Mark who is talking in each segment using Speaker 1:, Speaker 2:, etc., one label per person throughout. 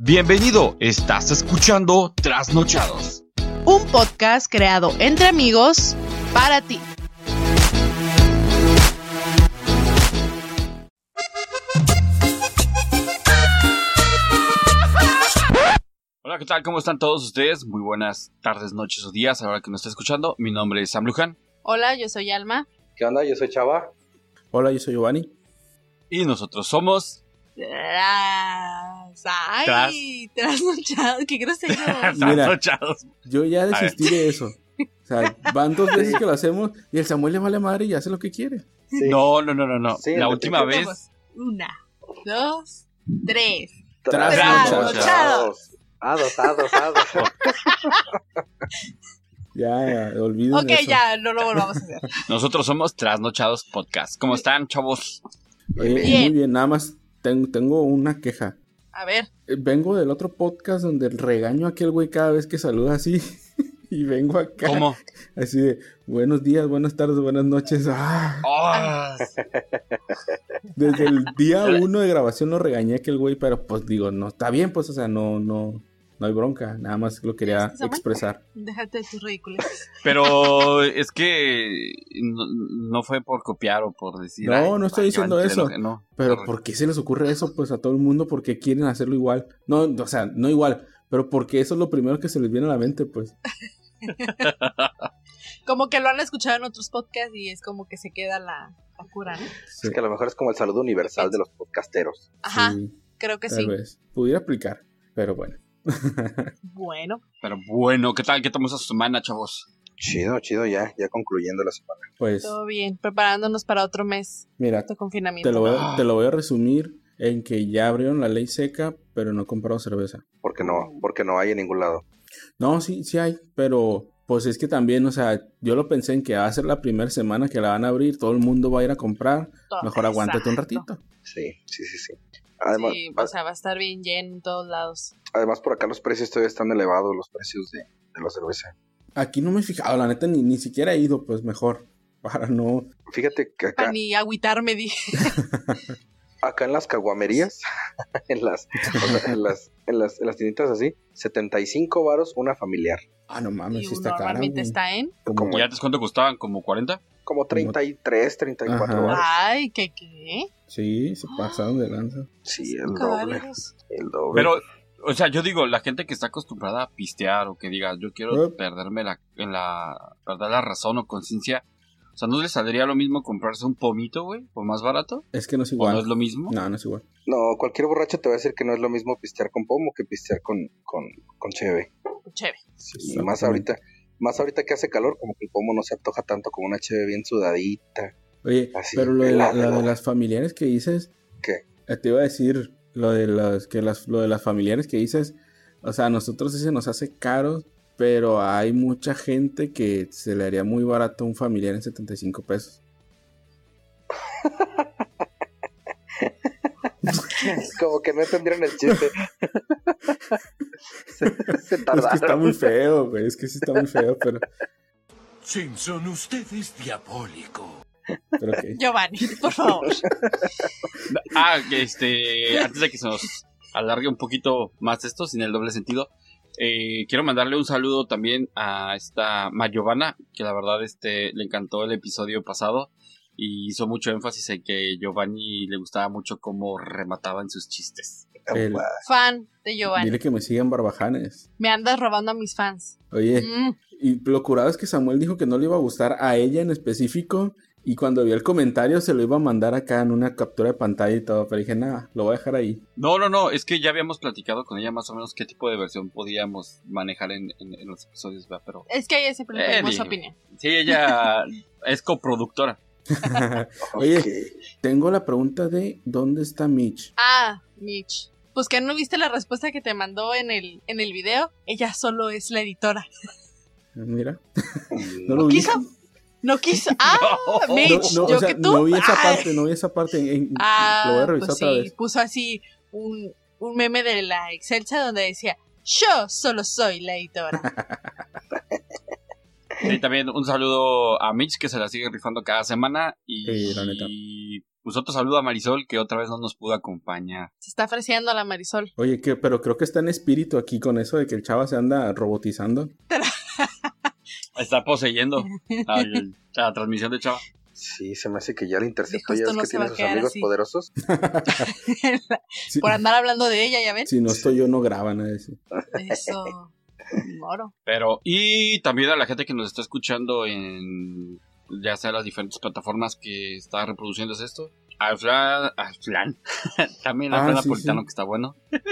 Speaker 1: Bienvenido, estás escuchando Trasnochados.
Speaker 2: Un podcast creado entre amigos para ti.
Speaker 1: Hola, ¿qué tal? ¿Cómo están todos ustedes? Muy buenas tardes, noches o días a la hora que nos está escuchando. Mi nombre es Sam Luján
Speaker 2: Hola, yo soy Alma.
Speaker 3: ¿Qué onda? Yo soy Chava.
Speaker 4: Hola, yo soy Giovanni.
Speaker 1: y nosotros somos...
Speaker 2: Tras. Ay, trasnochados, qué grosero.
Speaker 4: Mira.
Speaker 1: Trasnochados.
Speaker 4: Yo ya
Speaker 1: ver.
Speaker 4: desistí de eso. O sea, van dos veces que lo hacemos y el Samuel le vale madre y hace lo que quiere.
Speaker 3: Sí.
Speaker 1: No, no, no, no, no.
Speaker 3: Sí,
Speaker 1: la
Speaker 3: desde
Speaker 1: última vez...
Speaker 2: Vamos. Una, dos, tres.
Speaker 3: Trasnochados.
Speaker 2: Trasnochados.
Speaker 3: Ados, ados, ados.
Speaker 4: Ya, ya, olviden
Speaker 2: Ok,
Speaker 4: eso.
Speaker 2: ya, no lo volvamos a hacer.
Speaker 1: Nosotros somos Trasnochados Podcast. ¿Cómo están, chavos?
Speaker 4: Eh,
Speaker 2: Bien.
Speaker 4: Muy bien, nada más ten- tengo una queja.
Speaker 2: A ver,
Speaker 4: Eh, Vengo del otro podcast donde el regaño a aquel güey cada vez que saluda así. Y vengo acá.
Speaker 1: ¿Cómo?
Speaker 4: Así de buenos días, buenas tardes, buenas noches. Ah,
Speaker 1: Ah,
Speaker 4: desde el día uno de grabación lo regañé a aquel güey, pero pues digo, no, está bien, pues, o sea, no, no, no hay bronca. Nada más lo quería
Speaker 2: ¿Samuel?
Speaker 4: expresar.
Speaker 2: déjate de tus ridículos.
Speaker 1: pero es que no, no fue por copiar o por decir...
Speaker 4: No,
Speaker 1: "Ay,
Speaker 4: no estoy
Speaker 1: ay,
Speaker 4: diciendo
Speaker 1: Giovanni, te
Speaker 4: eso".
Speaker 1: enoje". No,
Speaker 4: Pero
Speaker 1: correcto.
Speaker 4: ¿por qué se les ocurre eso pues a todo el mundo? Porque quieren hacerlo igual. No, o sea, no igual, pero porque eso es lo primero que se les viene a la mente, pues.
Speaker 2: Como que lo han escuchado en otros podcasts y es como que se queda la, la cura, ¿no?
Speaker 3: Es que a lo mejor es como el saludo universal de los podcasteros.
Speaker 2: Ajá,
Speaker 4: Sí,
Speaker 2: creo que
Speaker 4: tal
Speaker 2: sí.
Speaker 4: vez. Pudiera aplicar, pero bueno.
Speaker 2: Bueno,
Speaker 1: Pero bueno, ¿qué tal? ¿Qué tomó esa semana, chavos?
Speaker 3: Chido, chido, ya, ya concluyendo la semana.
Speaker 4: Pues
Speaker 2: todo bien, preparándonos para otro mes
Speaker 4: mira,
Speaker 2: de
Speaker 4: te
Speaker 2: confinamiento.
Speaker 4: lo, voy a, te lo voy a resumir en que ya abrieron la ley seca, pero no compraron cerveza.
Speaker 3: Porque no, porque no hay en ningún lado.
Speaker 4: No, sí, sí hay, pero pues es que también, o sea, yo lo pensé en que va a ser la primera semana que la van a abrir, todo el mundo va a ir a comprar,
Speaker 2: Todo-
Speaker 4: mejor aguántate un
Speaker 2: Exacto.
Speaker 4: ratito.
Speaker 3: Sí, sí, sí, sí. Además, ah,
Speaker 2: Sí, pues. o sea, va a estar bien lleno en todos lados.
Speaker 3: además por acá los precios todavía están elevados, los precios de, de la cerveza.
Speaker 4: Aquí no me he fijado, la neta ni, ni siquiera he ido, pues mejor, para no
Speaker 3: Fíjate que
Speaker 2: Para
Speaker 3: acá,
Speaker 2: ni agüitarme, dije.
Speaker 3: acá en las caguamerías, en las, o sea, en las, en las, en las tienditas así, 75 varos una familiar.
Speaker 4: Ah, no mames,
Speaker 2: Y
Speaker 4: sí está cara.
Speaker 2: normalmente
Speaker 4: güey.
Speaker 2: está en.
Speaker 4: Como-
Speaker 3: como-
Speaker 1: ¿Y antes cuánto costaban? ¿Como 40?
Speaker 3: Como 33, 34
Speaker 4: Ajá.
Speaker 3: varos.
Speaker 2: Ay, ¿qué qué?
Speaker 4: Sí,
Speaker 2: ¡Ah!
Speaker 4: se pasaron de lanza.
Speaker 3: Sí, el doble,
Speaker 2: Caballos.
Speaker 3: el doble.
Speaker 1: Pero, o sea, yo digo, la gente que está acostumbrada a pistear o que diga, yo quiero
Speaker 4: Eh.
Speaker 1: perderme la, en la, perder la razón o conciencia, o sea, ¿no le saldría lo mismo comprarse un pomito, güey? ¿Por más barato?
Speaker 4: Es que no es
Speaker 1: ¿O
Speaker 4: igual.
Speaker 1: no es lo mismo?
Speaker 4: No, no es igual.
Speaker 3: No, cualquier borracho te va a decir que no es lo mismo pistear con pomo que pistear con, con, con cheve.
Speaker 2: Chévere.
Speaker 3: Y más ahorita, más ahorita que hace calor, como que el pomo no se antoja tanto como una cheve bien sudadita.
Speaker 4: Oye,
Speaker 1: Ah,
Speaker 3: Así,
Speaker 4: pero lo de, la-
Speaker 3: helada,
Speaker 4: la de
Speaker 3: helada.
Speaker 4: las familiares que dices.
Speaker 3: ¿Qué?
Speaker 4: eh, Te iba a decir lo de las, que las, lo de las familiares que dices. O sea, a nosotros sí se nos hace caros, pero hay mucha gente que se le haría muy barato un familiar en 75 pesos.
Speaker 3: Como que no entendieron el chiste. se, se tardaron.
Speaker 4: Es que está muy feo, güey. Es que sí está muy feo, pero.
Speaker 5: Simpson, usted es diabólico.
Speaker 4: pero ok.
Speaker 2: Giovanni, por favor.
Speaker 1: Ah, que este, antes de que se nos alargue un poquito más esto, sin el doble sentido, eh, quiero mandarle un saludo también a esta Mayovana, que la verdad este, le encantó el episodio pasado y hizo mucho énfasis en que Giovanni le gustaba mucho cómo remataba en sus chistes.
Speaker 4: El-
Speaker 2: Fan de Giovanni.
Speaker 4: Dile que me sigan barbajanes.
Speaker 2: Me andas robando a mis fans.
Speaker 3: Eh.
Speaker 4: Oye.
Speaker 2: Mm,
Speaker 4: Y lo curado es que Samuel dijo que no le iba a gustar a ella en específico. Y cuando vio el comentario se lo iba a mandar acá en una captura de pantalla y todo. Pero dije, nada, lo voy a dejar ahí.
Speaker 1: No, no, no, es que ya habíamos platicado con ella más o menos qué tipo de versión podíamos manejar en, en- en los episodios, ¿verdad? Pero
Speaker 2: Es que ahí siempre le pedimos
Speaker 1: Eh,
Speaker 2: su
Speaker 1: dije.
Speaker 2: opinión.
Speaker 1: sí, ella es coproductora.
Speaker 4: Oye. Tengo la pregunta de ¿dónde está Mitch?
Speaker 2: Ah, Mitch. Pues que no viste la respuesta que te mandó en el, en el video. Ella solo es la editora.
Speaker 4: Mira, no
Speaker 3: No,
Speaker 4: lo vi.
Speaker 2: quiso? No quiso. Ah,
Speaker 4: No,
Speaker 2: Mitch,
Speaker 4: no, o
Speaker 2: yo
Speaker 4: sea,
Speaker 2: que tú.
Speaker 4: no vi esa
Speaker 2: Ah.
Speaker 4: parte, no vi esa parte. en- en-
Speaker 2: Ah,
Speaker 4: lo voy a revisar
Speaker 2: pues
Speaker 4: otra
Speaker 2: sí,
Speaker 4: vez.
Speaker 2: puso así un, un meme de la Excelsa donde decía, yo solo soy la editora.
Speaker 1: Sí, también un saludo a Mitch que se la sigue rifando cada semana y
Speaker 4: Sí, la neta.
Speaker 1: Pues otro saludo a Marisol que otra vez no nos pudo acompañar.
Speaker 2: Se está ofreciendo la Marisol.
Speaker 4: Oye, que, pero creo que está en espíritu aquí con eso de que el chava se anda robotizando.
Speaker 1: Está poseyendo la, la transmisión de Chava.
Speaker 3: Sí, se me hace que ya le interceptó.
Speaker 2: Dijo, "Esto
Speaker 3: Ya ves
Speaker 2: no
Speaker 3: que
Speaker 2: se va a
Speaker 3: tiene sus
Speaker 2: quedar
Speaker 3: amigos
Speaker 2: así".
Speaker 3: poderosos.
Speaker 4: Si,
Speaker 2: Por andar hablando de ella, ya ven.
Speaker 4: si no estoy yo, no graban a eso.
Speaker 2: Eso. Moro.
Speaker 1: Pero, y también a la gente que nos está escuchando en ya sea las diferentes plataformas que está reproduciendo esto. Al flan, al flan. también al
Speaker 4: Ah,
Speaker 1: flan
Speaker 4: sí,
Speaker 1: napolitano
Speaker 4: sí.
Speaker 1: que está bueno.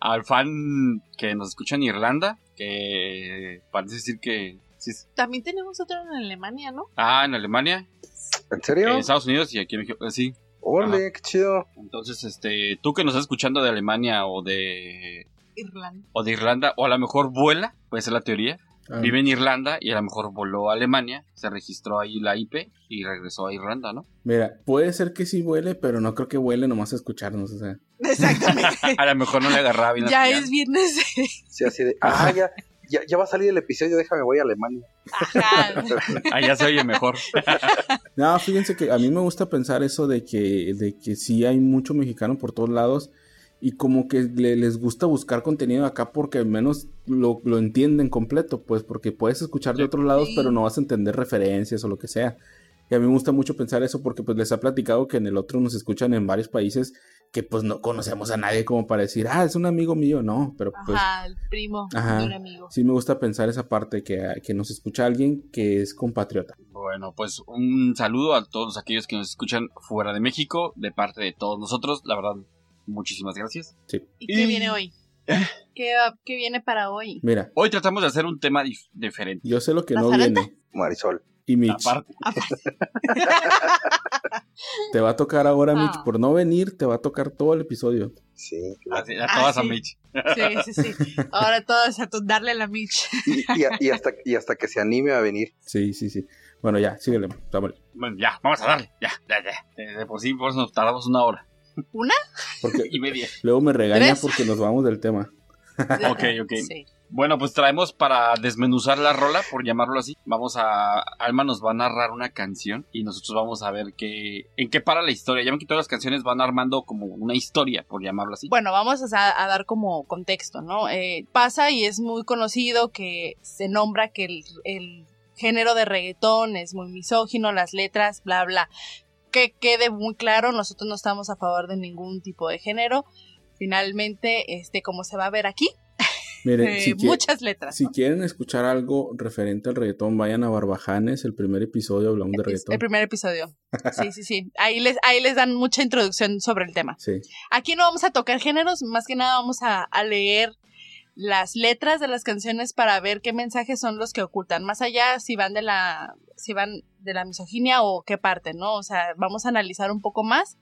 Speaker 1: al fan que nos escucha en Irlanda, que parece decir que sí es-
Speaker 2: También tenemos otro en Alemania, ¿no?
Speaker 1: ah, en Alemania,
Speaker 3: ¿En serio?
Speaker 1: en Estados Unidos y aquí en México, eh, sí.
Speaker 3: Ole, qué chido.
Speaker 1: Entonces, este, tú que nos estás escuchando de Alemania o de
Speaker 2: Irlanda.
Speaker 1: o de Irlanda o a lo mejor vuela, puede ser la teoría.
Speaker 4: Ah,
Speaker 1: Vive en Irlanda y a lo mejor voló a Alemania, se registró ahí la IP y regresó a Irlanda, ¿no?
Speaker 4: mira, puede ser que sí vuele, pero no creo que vuele nomás a escucharnos. O sea,
Speaker 2: Exactamente.
Speaker 1: A lo mejor no le agarraba bien la
Speaker 2: ya
Speaker 1: señal.
Speaker 2: es viernes.
Speaker 3: Sí, así de. Ah, ya, ya, ya va a salir el episodio. Déjame, voy a Alemania.
Speaker 2: Ajá.
Speaker 1: Allá se oye mejor.
Speaker 4: no, fíjense que a mí me gusta pensar eso de que, de que sí hay mucho mexicano por todos lados y como que le- les gusta buscar contenido acá porque al menos lo, lo entienden completo, pues porque puedes escuchar de otros lados,
Speaker 2: Sí.
Speaker 4: pero no vas a entender referencias o lo que sea. Y a mí me gusta mucho pensar eso porque pues les ha platicado que en el otro nos escuchan en varios países que pues no conocemos a nadie como para decir, ah, es un amigo mío, no, pero pues
Speaker 2: Ajá, el primo
Speaker 4: Ajá.
Speaker 2: de un amigo.
Speaker 4: sí me gusta pensar esa parte que, que nos escucha alguien que es compatriota.
Speaker 1: Bueno, pues un saludo a todos aquellos que nos escuchan fuera de México, de parte de todos nosotros, la verdad, muchísimas gracias.
Speaker 2: ¿Y qué
Speaker 1: Y-
Speaker 2: viene hoy? ¿Qué, ¿Qué viene para hoy?
Speaker 4: Mira,
Speaker 1: Hoy tratamos de hacer un tema dif- diferente.
Speaker 4: yo sé lo que no
Speaker 2: ¿Lazareta?
Speaker 4: viene.
Speaker 3: Marisol.
Speaker 4: Y Mitch,
Speaker 1: Aparte,
Speaker 4: te va a tocar ahora, Mitch,
Speaker 2: Ah.
Speaker 4: por no venir, te va a tocar todo el episodio.
Speaker 3: Sí. la-
Speaker 1: así, a todas
Speaker 2: Ah,
Speaker 1: a
Speaker 2: sí.
Speaker 1: Mitch.
Speaker 2: Sí, sí, sí. Ahora todo es a tu- darle la Mitch.
Speaker 3: Y, y- y hasta, y hasta que se anime a venir.
Speaker 4: Sí, sí, sí. Bueno, ya, síguele, Samuel.
Speaker 1: Bueno, ya, vamos a darle, ya, ya, ya. De, de por sí, por eso nos tardamos una hora
Speaker 4: Porque
Speaker 1: y media.
Speaker 4: luego me regaña
Speaker 2: ¿Tres?
Speaker 4: porque nos vamos del tema.
Speaker 1: Ok, ok.
Speaker 2: Sí.
Speaker 1: Bueno, pues traemos para desmenuzar la rola, por llamarlo así. Vamos a. Alma nos va a narrar una canción y nosotros vamos a ver qué. en qué para la historia. Ya ven que todas las canciones van armando como una historia, por llamarlo así.
Speaker 2: Bueno, vamos a, sa- a dar como contexto, ¿no? Eh, pasa y es muy conocido que se nombra que el, el género de reggaetón es muy misógino, las letras, bla, bla. Que quede muy claro, nosotros no estamos a favor de ningún tipo de género. Finalmente, este, como se va a ver aquí,
Speaker 4: Miren,
Speaker 2: eh,
Speaker 4: si, quie-
Speaker 2: muchas letras.
Speaker 4: si
Speaker 2: ¿no?
Speaker 4: quieren escuchar algo referente al reggaetón, vayan a Barbajanes, el primer episodio hablamos de
Speaker 2: Es
Speaker 4: reggaetón.
Speaker 2: el primer episodio. Sí, sí, sí. Ahí les, ahí les dan mucha introducción sobre el tema.
Speaker 4: Sí,
Speaker 2: Aquí no vamos a tocar géneros, más que nada vamos a, a leer las letras de las canciones para ver qué mensajes son los que ocultan. Más allá si van de la, si van de la misoginia o qué parte, ¿no? O sea, vamos a analizar un poco más,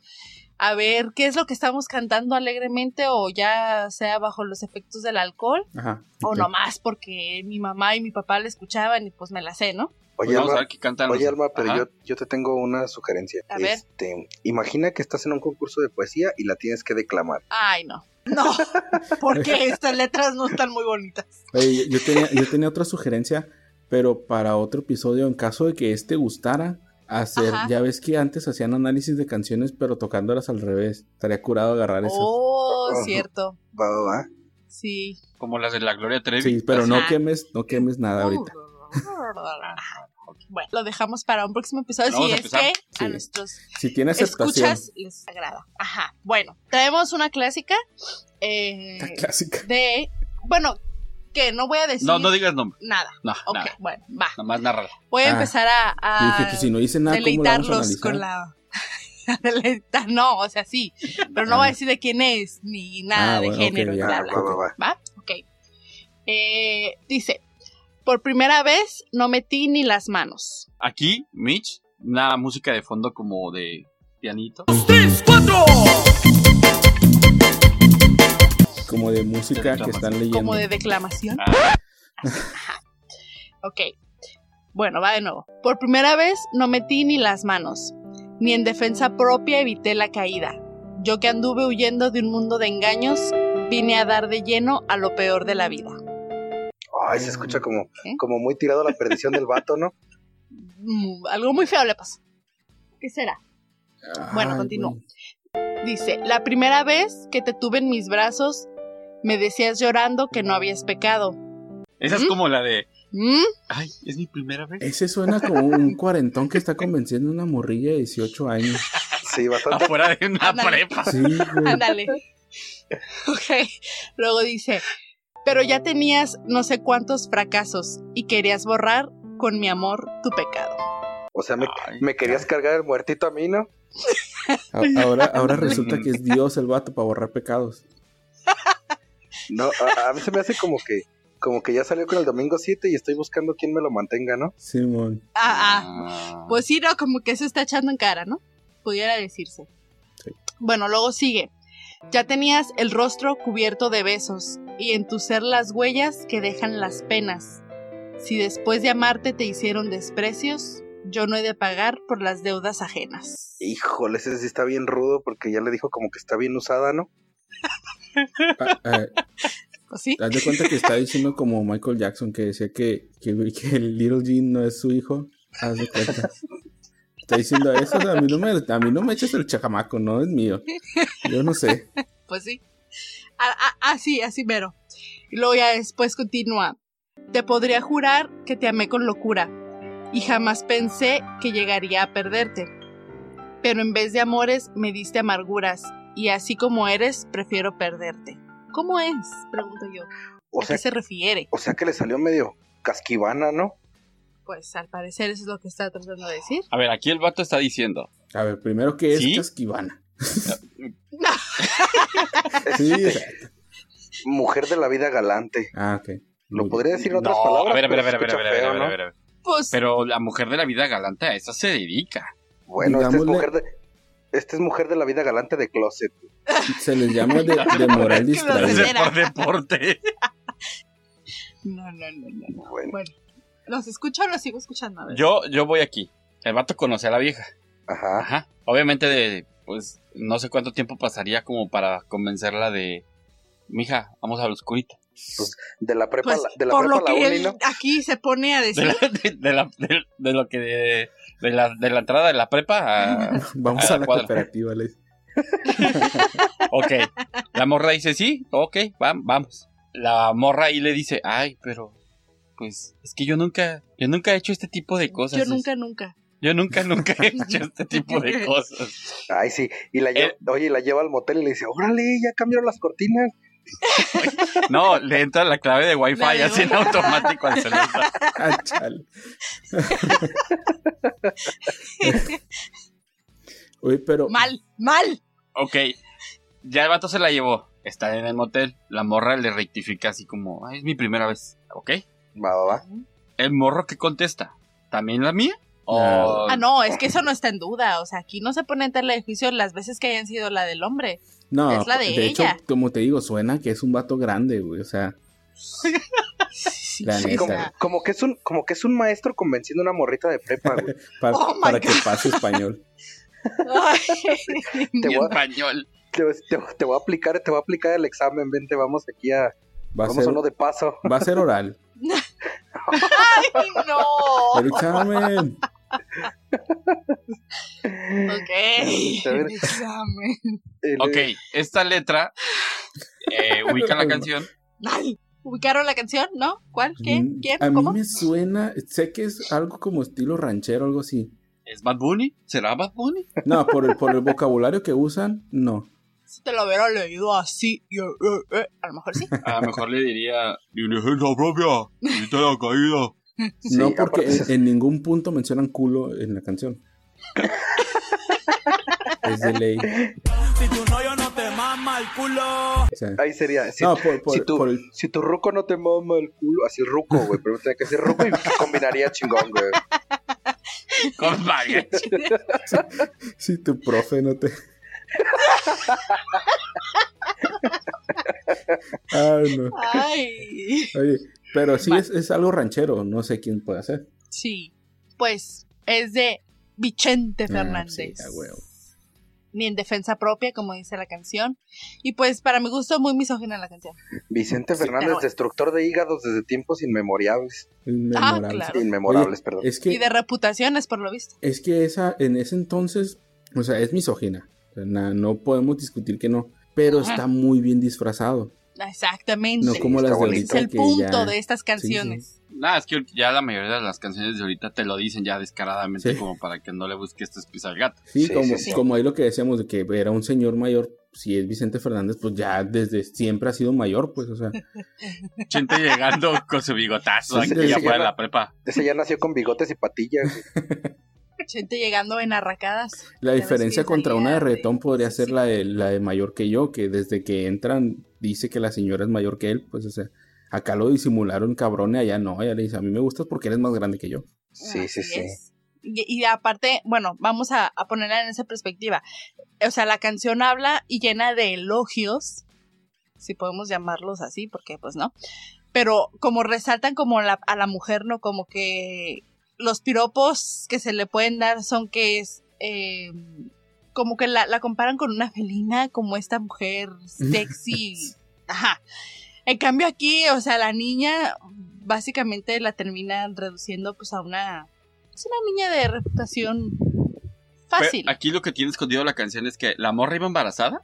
Speaker 2: a ver qué es lo que estamos cantando alegremente o ya sea bajo los efectos del alcohol
Speaker 4: ajá.
Speaker 2: o
Speaker 4: ok.
Speaker 2: nomás porque mi mamá y mi papá la escuchaban y pues me la sé, ¿no?
Speaker 1: Pues
Speaker 3: Oye,
Speaker 1: vamos a
Speaker 3: Alba,
Speaker 1: ver qué cantan. los-
Speaker 3: oye, Alma, pero
Speaker 1: Ajá.
Speaker 3: yo, yo te tengo una sugerencia.
Speaker 2: A ver.
Speaker 3: este, Imagina que estás en un concurso de poesía y la tienes que declamar.
Speaker 2: Ay, no. No, porque estas letras no están muy bonitas.
Speaker 4: Oye, yo, yo tenía, yo tenía otra sugerencia, pero para otro episodio, en caso de que este gustara, hacer,
Speaker 2: Ajá.
Speaker 4: ya ves que antes hacían análisis de canciones, pero tocándolas al revés. Estaría curado agarrar eso.
Speaker 2: Oh,
Speaker 3: Ujú.
Speaker 2: cierto.
Speaker 3: Va, va, va.
Speaker 2: Sí.
Speaker 1: Como las de la Gloria Trevi.
Speaker 4: Sí, pero no
Speaker 2: Ajá.
Speaker 4: quemes, no quemes nada
Speaker 2: Uh,
Speaker 4: ahorita.
Speaker 2: Bueno, lo dejamos para un próximo episodio
Speaker 1: Vamos
Speaker 2: si
Speaker 1: a
Speaker 2: es
Speaker 1: empezar.
Speaker 2: que a
Speaker 4: Sí.
Speaker 2: nuestros
Speaker 4: Si tiene aceptación.
Speaker 2: escuchas les agrada. Ajá. Bueno, traemos una clásica eh,
Speaker 4: La clásica.
Speaker 2: de. Bueno, que no voy a decir
Speaker 1: No, no digas nombre.
Speaker 2: nada.
Speaker 1: No,
Speaker 2: Ok,
Speaker 1: nada.
Speaker 2: bueno, va.
Speaker 1: Nada más narrarla.
Speaker 2: Voy a
Speaker 4: Ah,
Speaker 2: empezar a,
Speaker 4: Y
Speaker 2: a
Speaker 4: dije, pues si no dice nada, ¿cómo la vamos a
Speaker 2: deleitarlos
Speaker 4: analizar?
Speaker 2: con la. Deleita- no, o sea, sí. Pero no
Speaker 4: Ah.
Speaker 2: voy a decir de quién es, ni nada
Speaker 4: Ah,
Speaker 2: de
Speaker 4: bueno, ok,
Speaker 2: género,
Speaker 4: ya.
Speaker 2: bla,
Speaker 3: Ah,
Speaker 2: bla.
Speaker 3: va, va, va.
Speaker 2: ¿Va? Ok. Eh, dice, por primera vez no metí ni las manos.
Speaker 1: Aquí, Mitch, una música de fondo como de pianito.
Speaker 4: Como de música que están leyendo.
Speaker 2: Como de declamación.
Speaker 1: Ah,
Speaker 2: Ok. Bueno, va de nuevo. Por primera vez no metí ni las manos. Ni en defensa propia evité la caída. Yo que anduve huyendo de un mundo de engaños, vine a dar de lleno a lo peor de la vida.
Speaker 3: Ay, se escucha como,
Speaker 2: ¿Eh?
Speaker 3: como muy tirado a la perdición del vato, ¿no?
Speaker 2: Mm, algo muy feo le pasó. ¿Qué será? Bueno,
Speaker 4: Ay,
Speaker 2: continúo.
Speaker 4: güey.
Speaker 2: Dice, la primera vez que te tuve en mis brazos, me decías llorando que no habías pecado.
Speaker 1: Esa es
Speaker 2: ¿Mm?
Speaker 1: como la de.
Speaker 2: ¿Mm?
Speaker 1: Ay, es mi primera vez.
Speaker 4: Ese suena como un cuarentón que está convenciendo a una morrilla de 18 años.
Speaker 3: Sí, bastante.
Speaker 1: Afuera de una
Speaker 2: Ándale.
Speaker 1: prepa.
Speaker 4: Sí, güey.
Speaker 2: Ándale. ok. Luego dice, pero ya tenías no sé cuántos fracasos y querías borrar con mi amor tu pecado.
Speaker 3: O sea, me,
Speaker 1: Ay,
Speaker 3: me querías cargar el muertito a mí, ¿no?
Speaker 4: A- Ahora, ahora resulta que es Dios el vato para borrar pecados.
Speaker 3: No, a, a mí se me hace como que como que ya salió con el domingo 7 y estoy buscando quién me lo mantenga, ¿no?
Speaker 4: Simón.
Speaker 2: Ah, ah.
Speaker 1: Ah.
Speaker 2: Pues sí, no, como que se está echando en cara, ¿no? Pudiera decirse.
Speaker 4: Sí.
Speaker 2: Bueno, luego sigue. Ya tenías el rostro cubierto de besos y en tu ser las huellas que dejan las penas. Si después de amarte te hicieron desprecios, yo no he de pagar por las deudas ajenas.
Speaker 3: Híjole, ese sí está bien rudo porque ya le dijo como que está bien usada, ¿no?
Speaker 4: Ah, ah,
Speaker 2: Pues sí.
Speaker 4: Haz de cuenta que está diciendo como Michael Jackson que decía que, que, que el Little Jean no es su hijo. Haz de cuenta. Está diciendo eso, a mí no me, a mí no me eches el chacamaco, no es mío. Yo no sé.
Speaker 2: Pues sí. A- a- Así, así mero. Y luego ya después continúa. Te podría jurar que te amé con locura y jamás pensé que llegaría a perderte. Pero en vez de amores me diste amarguras y así como eres prefiero perderte. ¿Cómo es? Pregunto yo.
Speaker 3: O
Speaker 2: ¿A
Speaker 3: sea,
Speaker 2: qué se refiere?
Speaker 3: o sea que le salió medio casquivana, ¿no?
Speaker 2: Pues al parecer eso es lo que está tratando de decir.
Speaker 1: A ver, aquí el vato está diciendo.
Speaker 4: A ver, primero que es
Speaker 1: ¿Sí?
Speaker 4: Casquivana.
Speaker 2: No,
Speaker 4: Sí, o
Speaker 3: Este,
Speaker 4: sea,
Speaker 3: mujer de la vida galante.
Speaker 4: Ah, ok.
Speaker 3: Lo podría decir en
Speaker 1: No,
Speaker 3: otras palabras.
Speaker 1: a ver, a ver, a ver,
Speaker 3: pero
Speaker 1: a ver, a ver,
Speaker 3: se
Speaker 1: a ver, a
Speaker 3: escucha feo,
Speaker 1: ver,
Speaker 3: ¿no?
Speaker 1: a ver, a ver.
Speaker 2: pues
Speaker 1: Pero la mujer de la vida galante a esa se dedica.
Speaker 3: Bueno, esta es
Speaker 4: Digámosle-
Speaker 3: mujer de. Esta es mujer de la vida galante de closet.
Speaker 4: Se les llama de, de moral
Speaker 2: Que lo
Speaker 4: distraída.
Speaker 2: sé.
Speaker 1: Entonces, por deporte.
Speaker 2: no, no, no, no, no.
Speaker 3: Bueno,
Speaker 2: Bueno, ¿los escucho o los sigo escuchando? A ver.
Speaker 1: Yo, yo voy aquí. El vato conoce a la vieja.
Speaker 3: ajá.
Speaker 1: Ajá. Obviamente, de, pues, no sé cuánto tiempo pasaría como para convencerla de. Mija, vamos al oscurito.
Speaker 3: De la prepa,
Speaker 2: Pues,
Speaker 3: la- de la
Speaker 2: por
Speaker 3: prepa a
Speaker 2: lo
Speaker 3: la
Speaker 2: que
Speaker 3: uni,
Speaker 2: él
Speaker 3: ¿no?
Speaker 2: aquí se pone a
Speaker 1: De,
Speaker 2: decir.
Speaker 1: la- de- de la- de- de lo que. De, la, de la entrada de la prepa a-
Speaker 4: Vamos
Speaker 1: Ah,
Speaker 4: a la
Speaker 1: cuadra.
Speaker 4: cooperativa, les.
Speaker 1: Ok. La morra dice, sí, ok, vam- vamos. La morra ahí le dice, ay, pero. Pues es que yo nunca, yo nunca he hecho este tipo de cosas.
Speaker 2: Yo nunca, nunca.
Speaker 1: yo nunca, nunca he hecho este tipo de cosas.
Speaker 3: Ay, sí. Y la lleva,
Speaker 1: Eh.
Speaker 3: oye, la lleva al motel y le dice, órale, ya cambiaron las cortinas.
Speaker 1: No, le entra la clave de Wi-Fi
Speaker 2: La de
Speaker 1: así en
Speaker 2: Wi-Fi.
Speaker 1: automático al celular.
Speaker 4: Ah, chale. Oye, pero.
Speaker 2: Mal, mal.
Speaker 1: Ok, ya el vato se la llevó. Está en el motel. La morra le rectifica así como, "Ay, es mi primera vez. Ok.
Speaker 3: Va, va, va.
Speaker 1: El morro que contesta, ¿también la mía? O-
Speaker 4: No.
Speaker 2: Ah, no, es que eso no está en duda. O sea, aquí no se pone en tela de juicio las veces que hayan sido la del hombre.
Speaker 4: No,
Speaker 2: es la de
Speaker 4: hecho,
Speaker 2: ella.
Speaker 4: como te digo, suena que es un vato grande, güey. O sea, La
Speaker 3: Sí,
Speaker 4: neta.
Speaker 3: como, como que es un, como que es un maestro convenciendo a una morrita de prepa, güey.
Speaker 4: pa-
Speaker 2: Oh my
Speaker 4: para que
Speaker 2: God.
Speaker 4: pase español.
Speaker 2: Ay,
Speaker 1: Y
Speaker 3: voy a-
Speaker 1: español.
Speaker 3: Te, te- te voy a aplicar, te voy a aplicar el examen, vente, vamos aquí a,
Speaker 4: Va a,
Speaker 3: vamos
Speaker 4: ser,
Speaker 3: a uno de paso.
Speaker 4: va a ser oral.
Speaker 2: ay, no.
Speaker 4: El examen.
Speaker 2: Ok.
Speaker 3: ver.
Speaker 2: Examen.
Speaker 3: El-
Speaker 1: Ok, esta letra eh, ubica la canción.
Speaker 2: Ay, ¿Ubicaron la canción? ¿No? ¿Cuál? Pues, ¿Qué?
Speaker 4: Mm,
Speaker 2: ¿Quién?
Speaker 4: A mí
Speaker 2: ¿Cómo?
Speaker 4: me suena, sé que es algo como estilo ranchero, algo así.
Speaker 1: ¿Es Bad Bunny? ¿Será Bad Bunny?
Speaker 4: No, por el, por el vocabulario que usan, no.
Speaker 2: Si te lo hubiera leído así, y, eh, eh, eh, a lo mejor sí.
Speaker 1: A lo mejor le diría, diligencia propia, quita la caída.
Speaker 3: sí,
Speaker 4: no porque
Speaker 3: aparte
Speaker 4: en,
Speaker 3: se-
Speaker 4: en ningún punto mencionan culo en la canción. es de ley.
Speaker 6: Si tu novio no te mama el culo.
Speaker 4: o sea.
Speaker 3: ahí sería. Si,
Speaker 4: no, por, por-
Speaker 3: si tú-
Speaker 4: por el-
Speaker 3: si tu ruco no te mama el culo, así ruco, güey, pero tenía que ser ruco y combinaría chingón, güey.
Speaker 1: Con mariachi.
Speaker 4: si tu profe no te. Ay, Ah, no.
Speaker 2: Ay.
Speaker 4: Oye, pero sí
Speaker 2: Va.
Speaker 4: es, es algo ranchero, no sé quién puede hacer.
Speaker 2: Sí. Pues es de Vicente Fernández.
Speaker 4: Ah, sí, a huevo.
Speaker 2: Ni en defensa propia, como dice la canción. Y pues para mi gusto muy misógina la canción.
Speaker 3: Vicente Fernández,
Speaker 2: pero-
Speaker 3: destructor de hígados desde tiempos inmemoriales.
Speaker 4: Es memorable.
Speaker 2: Ah, claro.
Speaker 3: Inmemorables,
Speaker 4: Oye, eh,
Speaker 3: perdón.
Speaker 4: Es
Speaker 2: Y de
Speaker 4: que,
Speaker 2: reputaciones, por lo visto.
Speaker 4: es que esa, en ese entonces O sea, es misógina. O sea, na- no podemos discutir que no. Pero está muy bien disfrazado.
Speaker 2: Exactamente.
Speaker 4: No
Speaker 3: Sí,
Speaker 4: como
Speaker 3: está
Speaker 4: las de
Speaker 3: bonito.
Speaker 2: es
Speaker 4: ahorita
Speaker 2: el
Speaker 4: que
Speaker 2: punto
Speaker 4: ya-
Speaker 2: de estas canciones.
Speaker 1: Nada, es que ya la mayoría de las canciones de ahorita te lo dicen ya descaradamente,
Speaker 4: Sí.
Speaker 1: como para que no le busques este pis al gato.
Speaker 4: Sí,
Speaker 3: Sí,
Speaker 4: como,
Speaker 3: sí, sí.
Speaker 4: como ahí lo que decíamos de que era un señor mayor. Si es Vicente Fernández, pues ya desde siempre ha sido mayor, pues, o sea.
Speaker 1: Chente llegando con su bigotazo
Speaker 4: Sí,
Speaker 1: aquí
Speaker 4: sí,
Speaker 1: ya fuera
Speaker 3: sí, ya
Speaker 1: de
Speaker 3: la-
Speaker 1: la prepa.
Speaker 3: Ese ya nació con bigotes y patillas. güey.
Speaker 2: Gente llegando en arracadas. Ya
Speaker 4: La
Speaker 2: ves
Speaker 4: diferencia
Speaker 2: que
Speaker 4: contra una de
Speaker 2: salía de-
Speaker 4: reggaetón podría
Speaker 2: sí,
Speaker 4: ser
Speaker 2: sí.
Speaker 4: la de, la de mayor que yo, que desde que entran dice que la señora es mayor que él, pues, o sea, acá lo disimularon cabrones, allá no, allá le dice, a mí me gustas porque eres más grande que yo.
Speaker 3: Sí, sí,
Speaker 2: Así
Speaker 3: sí.
Speaker 2: es. Y, y aparte, bueno, vamos a, a ponerla en esa perspectiva. O sea, la canción habla y llena de elogios, si podemos llamarlos así, porque pues no. Pero como resaltan como la- a la mujer, ¿no? Como que los piropos que se le pueden dar son que es... eh, como que la, la comparan con una felina, como esta mujer sexy. Ajá. En cambio aquí, o sea, la niña básicamente la terminan reduciendo pues a una... Es una niña de reputación
Speaker 1: Pero
Speaker 2: fácil.
Speaker 1: aquí lo que tiene escondido la canción es que la morra iba embarazada.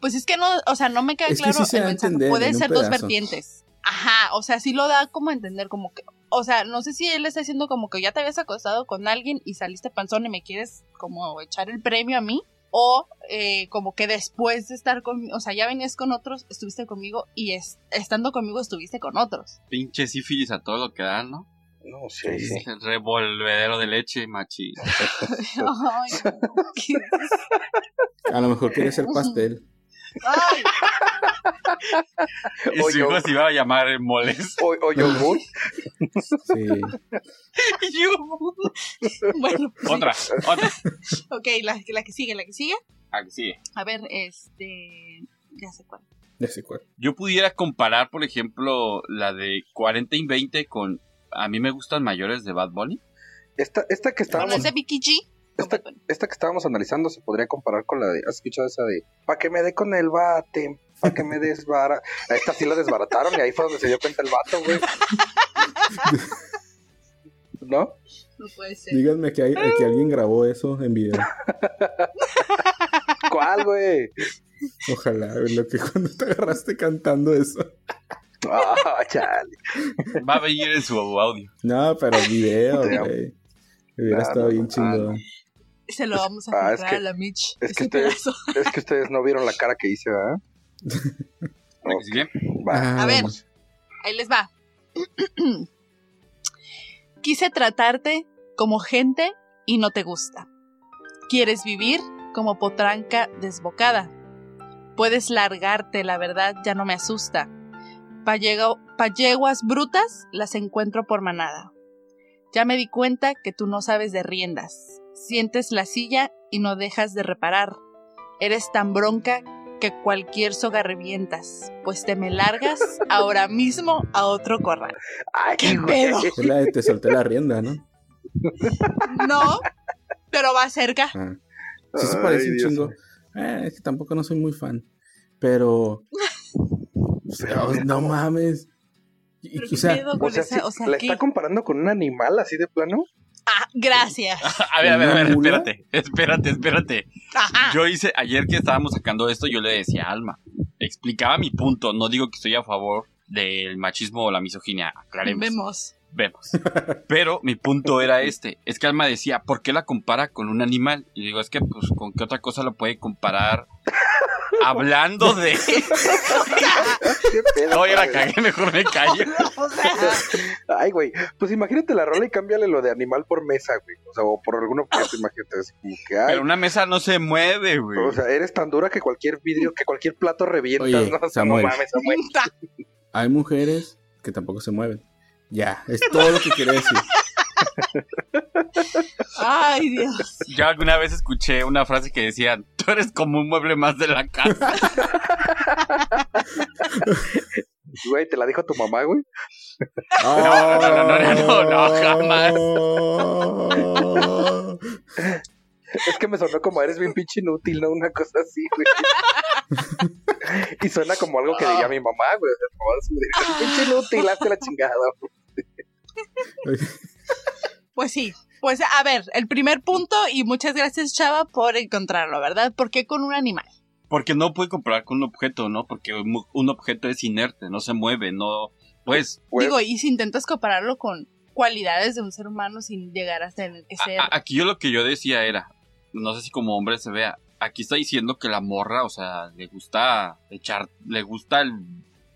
Speaker 2: Pues es que no, o sea, no me queda
Speaker 4: Es que
Speaker 2: claro
Speaker 4: sí se
Speaker 2: el
Speaker 4: da a
Speaker 2: mensaje.
Speaker 4: entender en
Speaker 2: Pueden
Speaker 4: un
Speaker 2: ser dos
Speaker 4: pedazo.
Speaker 2: vertientes. Ajá, o sea, sí lo da como a entender, como que... O sea, no sé si él está diciendo como que ya te habías acostado con alguien y saliste panzón y me quieres como echar el premio a mí. O eh, como que después de estar con... O sea, ya venías con otros, estuviste conmigo y es- estando conmigo estuviste con otros.
Speaker 1: Pinche sífilis a todo lo que dan, ¿no?
Speaker 3: No, sí, sí.
Speaker 1: El revolvedero de leche, machi.
Speaker 4: Oh.
Speaker 2: Ay, no, qué-
Speaker 4: A lo mejor quiere ser pastel.
Speaker 2: ay,
Speaker 1: Y
Speaker 3: O
Speaker 1: su hijo
Speaker 3: yo-
Speaker 1: se iba a llamar eh, moles.
Speaker 3: O, o yogur.
Speaker 4: Sí.
Speaker 2: bueno, sí.
Speaker 1: Otra, otra. Ah,
Speaker 2: Ok, la, la que sigue, la que sigue.
Speaker 1: Aquí sigue.
Speaker 2: A ver, este... Ya sé cuál.
Speaker 4: Ya sé cuál.
Speaker 1: yo pudiera comparar, por ejemplo, la de 40 y 20 con A mí me gustan mayores de Bad Bunny.
Speaker 3: Esta, esta
Speaker 2: Con
Speaker 3: que estábamos
Speaker 2: ese Vicky G.
Speaker 3: Esta- esta que estábamos analizando se podría comparar con la de, ¿has escuchado esa de? Pa' que me dé con el bate, pa' que me desbara. A Esta sí la desbarataron y ahí fue donde se dio cuenta el vato, güey. ¿No?
Speaker 2: No puede ser.
Speaker 4: Díganme que, hay- que alguien grabó eso en video.
Speaker 3: ¿Cuál, güey?
Speaker 4: Ojalá, lo que cuando te agarraste cantando eso.
Speaker 3: Ah, chale.
Speaker 1: Va a venir en su audio.
Speaker 4: No, pero video,
Speaker 3: Damn.
Speaker 4: güey. Hubiera
Speaker 3: Ah,
Speaker 4: estado
Speaker 3: no,
Speaker 4: bien
Speaker 3: ah,
Speaker 4: chingón.
Speaker 2: Se lo vamos a
Speaker 3: Ah,
Speaker 2: comprar
Speaker 3: es que-
Speaker 2: a la Mitch.
Speaker 3: es
Speaker 2: ese
Speaker 3: que estoy-
Speaker 2: pedazo.
Speaker 3: Es que ustedes no vieron la cara que hice, ¿verdad?
Speaker 1: ¿La que sigue?
Speaker 3: Va.
Speaker 4: Ah,
Speaker 2: A ver.
Speaker 4: vamos.
Speaker 2: Ahí les va. Quise tratarte como gente y no te gusta. Quieres vivir como potranca desbocada. Puedes largarte, la verdad ya no me asusta. Pallego- Palleguas brutas las encuentro por manada. Ya me di cuenta que tú no sabes de riendas. Sientes la silla y no dejas de reparar. Eres tan bronca que cualquier soga revientas, pues te me largas ahora mismo a otro corral.
Speaker 3: Ay,
Speaker 2: ¿Qué
Speaker 3: güey.
Speaker 2: pedo?
Speaker 4: Es la de te solté la rienda, ¿no?
Speaker 2: No, pero va cerca.
Speaker 4: Ah. Sí se
Speaker 3: Ay,
Speaker 4: parece un
Speaker 3: Dios.
Speaker 4: chingo. Eh, es que tampoco no soy muy fan. Pero. pero no mames. Y-
Speaker 2: Pero
Speaker 4: o
Speaker 2: qué
Speaker 4: sea,
Speaker 2: pedo
Speaker 3: O
Speaker 2: con
Speaker 3: sea, sí,
Speaker 2: Pues esa, o sea,
Speaker 3: ¿la
Speaker 2: ¿qué?
Speaker 3: está comparando con un animal así de plano?
Speaker 2: Ah, gracias.
Speaker 1: A ver, a ver, a ver,
Speaker 4: ¿Una mula?
Speaker 1: espérate, espérate, espérate.
Speaker 2: Ajá.
Speaker 1: Yo hice, ayer que estábamos sacando esto, yo le decía a Alma, explicaba mi punto, no digo que estoy a favor del machismo o la misoginia, aclaremos.
Speaker 2: Vemos.
Speaker 1: vemos. Pero mi punto era este. Es que Alma decía, ¿por qué la compara con un animal? Y digo, es que, pues, ¿con qué otra cosa la puede comparar? Hablando de...
Speaker 3: Ah, ¿Qué pedo?
Speaker 1: No, ya la
Speaker 3: güey?
Speaker 1: cagué, mejor me callo.
Speaker 2: O sea,
Speaker 3: Ay, güey, pues imagínate la rola y cámbiale lo de animal por mesa, güey. O sea, o por algún objeto, imagínate. Así como que, ay,
Speaker 1: Pero una mesa no se mueve, güey.
Speaker 3: O sea, eres tan dura que cualquier vidrio, que cualquier plato revientas,
Speaker 4: Oye,
Speaker 3: ¿no? O sea,
Speaker 4: Samuel.
Speaker 3: no mames, Samuel.
Speaker 4: hay mujeres que tampoco se mueven. Ya, es todo lo que quiero decir.
Speaker 2: ay, Dios.
Speaker 1: Yo alguna vez escuché una frase que decía, tú eres como un mueble más de la casa.
Speaker 3: Güey, te la dijo tu mamá, güey.
Speaker 1: no, no, no, no, no, jamás.
Speaker 4: jamás.
Speaker 3: Es que me sonó como eres bien pinche inútil, ¿no? Una cosa así, güey. y suena como algo que diría mi mamá, güey. O sea, mi mamá sí me diría, pinche inútil, hazte la chingada. güey".
Speaker 2: Pues sí, Pues a ver, el primer punto, y muchas gracias Chava por encontrarlo, ¿verdad? ¿Por qué con un animal?
Speaker 1: Porque no puede comparar con un objeto, ¿no? Porque un mu- un objeto es inerte, no se mueve, no. Pues
Speaker 3: Pues,
Speaker 2: Digo, y si intentas compararlo con cualidades de un ser humano sin llegar a tener que ser...
Speaker 1: a- a- aquí yo lo que yo decía era, no sé si como hombre se vea, aquí está diciendo que la morra, o sea, le gusta echar, le gusta el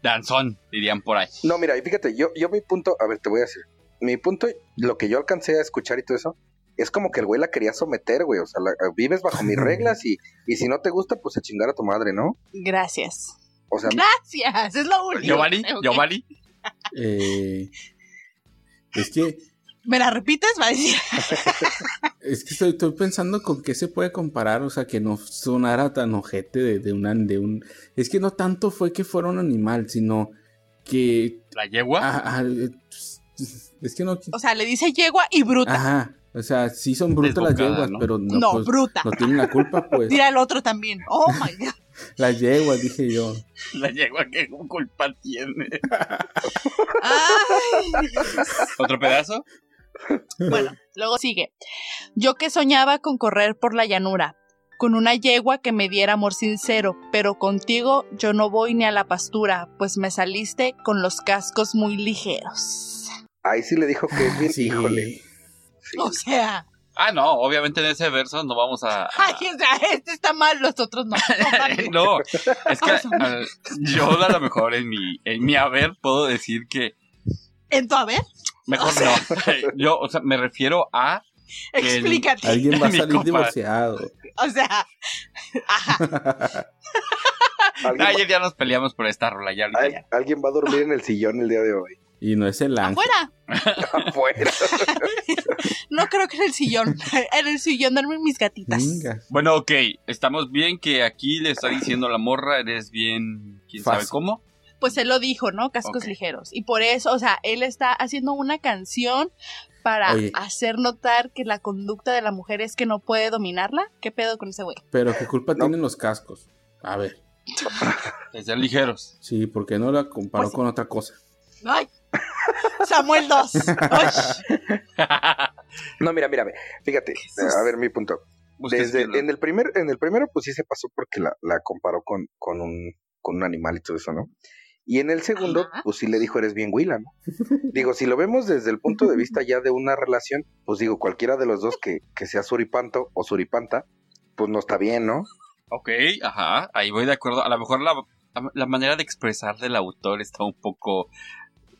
Speaker 1: danzón, dirían por ahí.
Speaker 3: No, mira, y fíjate, yo, yo mi punto, a ver, te voy a decir, mi punto, lo que yo alcancé a escuchar y todo eso, es como que el güey la quería someter, güey, o sea, la- vives bajo mis reglas y, y si no te gusta, pues a chingar a tu madre, ¿no?
Speaker 2: Gracias.
Speaker 3: O sea,
Speaker 2: Gracias, es lo único.
Speaker 1: Giovanni,
Speaker 2: Ok.
Speaker 1: Giovanni,
Speaker 4: Eh, es que
Speaker 2: ¿Me la repites? Va a decir.
Speaker 4: Es que estoy, estoy pensando con qué se puede comparar, o sea, que no sonara tan ojete de, de un, an- de un... Es que no tanto fue que fuera un animal, sino que...
Speaker 1: la yegua.
Speaker 4: ah, ah, eh, es que no...
Speaker 2: O sea, le dice yegua y bruta.
Speaker 4: Ajá, o sea, sí son brutas las
Speaker 1: Desbocada,
Speaker 4: yeguas,
Speaker 1: ¿no?
Speaker 4: pero no,
Speaker 2: no,
Speaker 4: pues,
Speaker 2: bruta.
Speaker 4: no tienen la culpa, pues.
Speaker 2: Mira el otro también. Oh my god.
Speaker 4: Las yeguas, dije yo.
Speaker 1: La yegua, ¿qué culpa tiene?
Speaker 2: Ay.
Speaker 1: ¿Otro pedazo?
Speaker 2: Bueno, luego sigue. Yo que soñaba con correr por la llanura, con una yegua que me diera amor sincero, pero contigo yo no voy ni a la pastura, pues me saliste con los cascos muy ligeros.
Speaker 3: ahí sí le dijo que es bien,
Speaker 4: Sí.
Speaker 3: híjole. sí.
Speaker 2: O sea,
Speaker 1: Ah, no, obviamente en ese verso no vamos a...
Speaker 2: ay, o sea, este está mal, los otros no. No, vale.
Speaker 1: no, es que al- yo a lo mejor en mi, en mi haber puedo decir que
Speaker 2: En tu haber,
Speaker 1: mejor no. Yo, o sea, me refiero a El-
Speaker 2: explícate.
Speaker 4: Alguien va a
Speaker 1: Mi
Speaker 4: salir
Speaker 1: compa.
Speaker 4: divorciado.
Speaker 2: O sea, ajá.
Speaker 3: ¿Alguien,
Speaker 1: Ayer ya nos peleamos por esta rola, ya
Speaker 3: va,
Speaker 1: ahorita
Speaker 3: al- alguien va a dormir en el sillón el día de hoy.
Speaker 4: Y no es el ángel.
Speaker 2: Afuera.
Speaker 3: Afuera.
Speaker 2: No creo que en el sillón. En el sillón duermen mis gatitas.
Speaker 4: Venga.
Speaker 1: Bueno, ok, estamos bien que aquí le está diciendo la morra, eres bien, quién sabe
Speaker 4: Fácil.
Speaker 1: cómo.
Speaker 2: pues él lo dijo, ¿no? Cascos
Speaker 1: Ok.
Speaker 2: ligeros. Y por eso, o sea, él está haciendo una canción para
Speaker 4: Oye.
Speaker 2: hacer notar que la conducta de la mujer es que no puede dominarla. ¿Qué pedo con ese güey?
Speaker 4: Pero qué culpa
Speaker 3: No.
Speaker 4: tienen los cascos. A ver,
Speaker 1: De ser ligeros.
Speaker 4: sí, ¿por qué no la comparó
Speaker 2: Pues-
Speaker 4: con otra cosa?
Speaker 2: ¡Ay! Samuel 2.
Speaker 3: No, mira, mira, fíjate, a ver mi punto.
Speaker 1: Ustedes pues,
Speaker 3: Desde,
Speaker 1: que lo-
Speaker 3: en el primer, en el primero, pues sí se pasó porque la, la comparó con, con un, con un animal y todo eso, ¿no? Y en el segundo,
Speaker 2: Ajá.
Speaker 3: pues sí le dijo, eres bien huila, ¿no? Digo, si lo vemos desde el punto de vista ya de una relación, pues digo, cualquiera de los dos que, que sea suripanto o suripanta, pues no está bien, ¿no?
Speaker 1: Ok, ajá, ahí voy de acuerdo. A lo mejor la, la- la manera de expresar del autor está un poco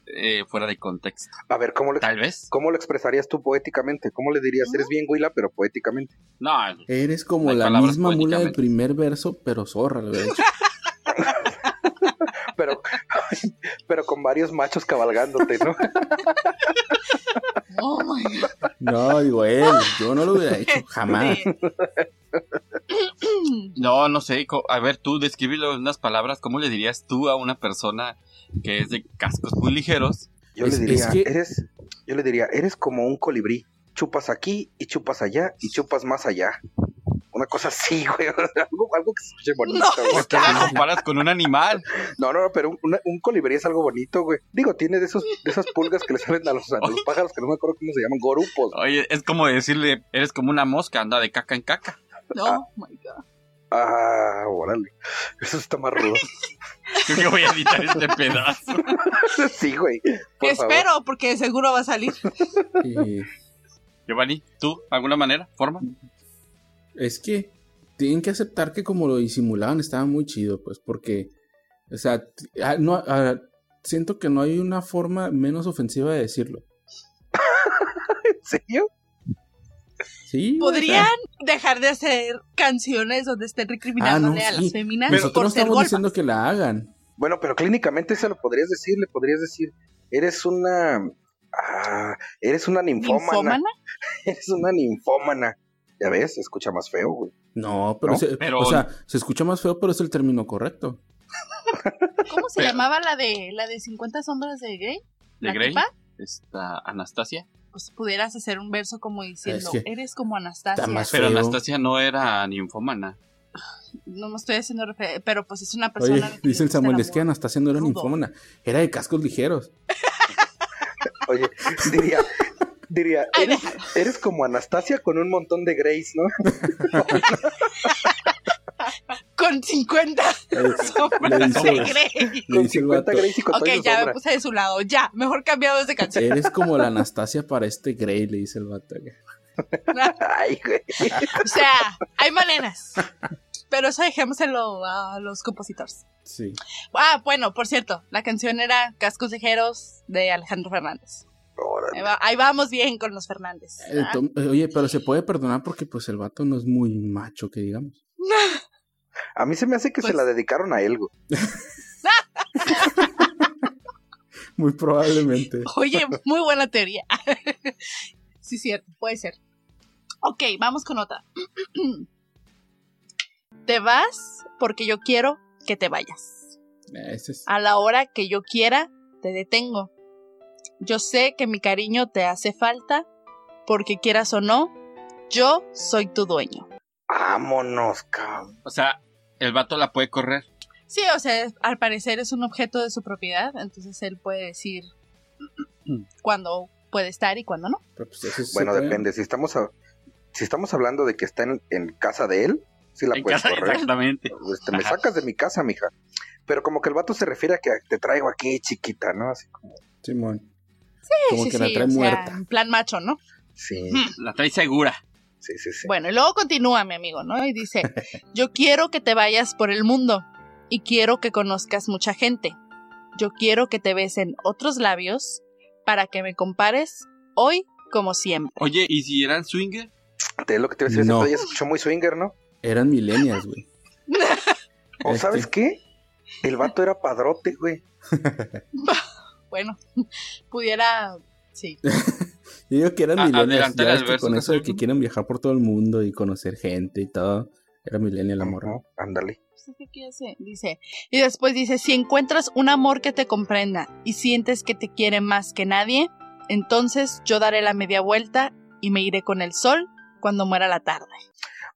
Speaker 1: eh, fuera de contexto.
Speaker 3: A ver, ¿cómo lo,
Speaker 1: Tal vez.
Speaker 3: cómo lo expresarías tú poéticamente? ¿Cómo le dirías, eres bien huila, pero poéticamente?
Speaker 1: No,
Speaker 4: Eres como
Speaker 1: Hay
Speaker 4: la
Speaker 1: palabras
Speaker 4: misma mula del
Speaker 1: poéticamente.
Speaker 4: primer verso, pero zorra, lo hubiera dicho.
Speaker 3: Pero, pero con varios machos cabalgándote, ¿no?
Speaker 2: Oh my God.
Speaker 4: No, digo él, yo no lo hubiera hecho jamás.
Speaker 1: no, no sé. co- A ver, tú descríbelo en unas palabras. ¿Cómo le dirías tú a una persona que es de cascos muy ligeros?
Speaker 3: Yo
Speaker 4: Es-
Speaker 3: le diría,
Speaker 4: es que-
Speaker 3: eres, yo le diría, eres como un colibrí, chupas aquí y chupas allá y chupas más allá. Una cosa así, güey. Algo, algo que se escuche bonito,
Speaker 2: No,
Speaker 3: güey.
Speaker 1: Porque lo comparas con un animal.
Speaker 3: No, no, no, pero un, una- un colibrí es algo bonito, güey. Digo, tiene de esos, de esas pulgas que le salen a los, a los
Speaker 1: Oye.
Speaker 3: pájaros que no me acuerdo cómo se llaman, gorupos.
Speaker 1: Oye, es como decirle, eres como una mosca, anda de caca en caca.
Speaker 2: No, my God.
Speaker 3: Ah, órale. Eso está más rudo.
Speaker 1: Creo que voy a editar este pedazo.
Speaker 3: sí, güey. Por favor.
Speaker 2: Espero, porque de seguro va a salir.
Speaker 4: Y
Speaker 1: Giovanni, ¿tú? ¿Alguna manera? ¿Forma?
Speaker 4: es que tienen que aceptar que como lo disimulaban estaba muy chido, pues, porque, o sea, t- ah, no, ah, siento que no hay una forma menos ofensiva de decirlo.
Speaker 3: ¿En serio?
Speaker 4: Sí. güey, o sea,
Speaker 2: ¿Podrían dejar de hacer canciones donde estén recriminándole
Speaker 4: Ah, no,
Speaker 2: a las
Speaker 4: sí.
Speaker 2: feminas
Speaker 4: Nosotros no
Speaker 2: por ser
Speaker 4: estamos
Speaker 2: golfas?
Speaker 4: diciendo que la hagan.
Speaker 3: Bueno, pero clínicamente se lo podrías decir, le podrías decir, eres una... Ah, eres una ninfómana.
Speaker 2: ¿Ninfómana?
Speaker 3: Eres una ninfómana. Ya ves, se escucha más feo, güey.
Speaker 4: No, pero,
Speaker 3: No,
Speaker 4: se-
Speaker 1: pero-
Speaker 4: o sea, se escucha más feo, pero es el término correcto.
Speaker 2: ¿Cómo se
Speaker 1: Pero-
Speaker 2: llamaba la de la de 50 sombras de Grey?
Speaker 1: ¿De
Speaker 2: ¿La
Speaker 1: Grey?
Speaker 2: tipa?
Speaker 1: Esta Anastasia.
Speaker 2: pues pudieras hacer un verso como diciendo,
Speaker 4: Es que-
Speaker 2: eres como Anastasia.
Speaker 4: Está más-
Speaker 1: Pero
Speaker 4: Feo.
Speaker 1: Anastasia no era ninfómana.
Speaker 2: No me estoy haciendo referencia, pero pues es una persona.
Speaker 4: Oye,
Speaker 2: a la que le
Speaker 4: dice el
Speaker 2: gusta
Speaker 4: Samuel,
Speaker 2: el
Speaker 4: es que
Speaker 2: amor".
Speaker 4: Ana está haciendo era
Speaker 2: Rudo.
Speaker 4: ninfómana. Era de cascos ligeros.
Speaker 3: Oye, diría, Diría,
Speaker 2: Ay,
Speaker 3: eres, eres como Anastasia con un montón de Grace, ¿no?
Speaker 2: Con 50
Speaker 4: le
Speaker 2: sombras
Speaker 4: hice-
Speaker 2: de Grey.
Speaker 4: le
Speaker 3: Con
Speaker 4: dice el
Speaker 3: 50
Speaker 4: vato,
Speaker 3: Grace y con
Speaker 2: Ok,
Speaker 3: toda su
Speaker 2: ya me
Speaker 3: sombra.
Speaker 2: puse de su lado. Ya, mejor cambiamos de canción.
Speaker 4: Eres como la Anastasia para este Grey, le dice el vato.
Speaker 3: Ay, güey.
Speaker 2: O sea, hay maneras. Pero eso dejémoselo a los compositores.
Speaker 4: Sí.
Speaker 2: Ah, bueno, por cierto, la canción era Cascos Ligeros de Alejandro Fernández. Ahí,
Speaker 3: Órale.
Speaker 2: va- ahí vamos bien con los Fernández.
Speaker 4: Eh,
Speaker 2: ¿ah?
Speaker 4: tom- eh, Oye, pero se puede perdonar porque pues el vato no es muy macho, que digamos.
Speaker 3: A mí se me hace que
Speaker 2: Pues-
Speaker 3: se la dedicaron a él, güey.
Speaker 4: Muy probablemente.
Speaker 2: Oye, muy buena teoría. sí, cierto, puede ser. Ok, vamos con otra. Te vas porque yo quiero que te vayas.
Speaker 4: Eh, ese es-
Speaker 2: A la hora que yo quiera, te detengo. Yo sé que mi cariño te hace falta, porque quieras o no, yo soy tu dueño.
Speaker 3: Vámonos, cabrón.
Speaker 1: O sea, el vato la puede correr.
Speaker 2: Sí, o sea, al parecer es un objeto de su propiedad, entonces él puede decir cuándo puede estar y cuándo no.
Speaker 4: pero, pues, eso sí se
Speaker 3: Bueno,
Speaker 4: puede.
Speaker 3: depende. Si estamos, a- si estamos hablando de que está en, en casa de él, sí la
Speaker 1: En
Speaker 3: puedes
Speaker 1: casa,
Speaker 3: correr.
Speaker 1: exactamente.
Speaker 3: Este, me
Speaker 1: Ajá.
Speaker 3: sacas de mi casa, mija. Pero como que el vato se refiere a que te traigo aquí, chiquita, ¿no? Así como,
Speaker 4: Simón. Como que la trae
Speaker 2: o sea,
Speaker 4: muerta.
Speaker 2: en plan macho, ¿no?
Speaker 3: sí,
Speaker 2: Hmm.
Speaker 1: La trae segura.
Speaker 3: sí, sí, sí.
Speaker 2: Bueno, y luego continúa, mi amigo, ¿no? Y dice, yo quiero que te vayas por el mundo y quiero que conozcas mucha gente. Yo quiero que te besen otros labios para que me compares hoy como siempre.
Speaker 1: Oye, ¿y si eran swinger?
Speaker 3: Te- lo que te iba a decir, ese
Speaker 4: No.
Speaker 3: pedo ya se escuchó muy swinger, ¿no?
Speaker 4: Eran milenias, güey.
Speaker 3: ¿O
Speaker 4: Este.
Speaker 3: sabes qué? El vato era padrote, güey.
Speaker 2: Bueno, pudiera... Sí.
Speaker 4: Yo digo que eran
Speaker 1: A-
Speaker 4: milenias.
Speaker 1: adelantar
Speaker 4: Ya
Speaker 1: al
Speaker 4: ves que
Speaker 1: verso,
Speaker 4: con eso de que
Speaker 1: Casimiro.
Speaker 4: quieren viajar por todo el mundo y conocer gente y todo. Era milenia la morra.
Speaker 3: Ujú, Ándale.
Speaker 2: Pues es que aquí hace- Dice. Y después dice, si encuentras un amor que te comprenda y sientes que te quiere más que nadie, entonces yo daré la media vuelta y me iré con el sol cuando muera la tarde.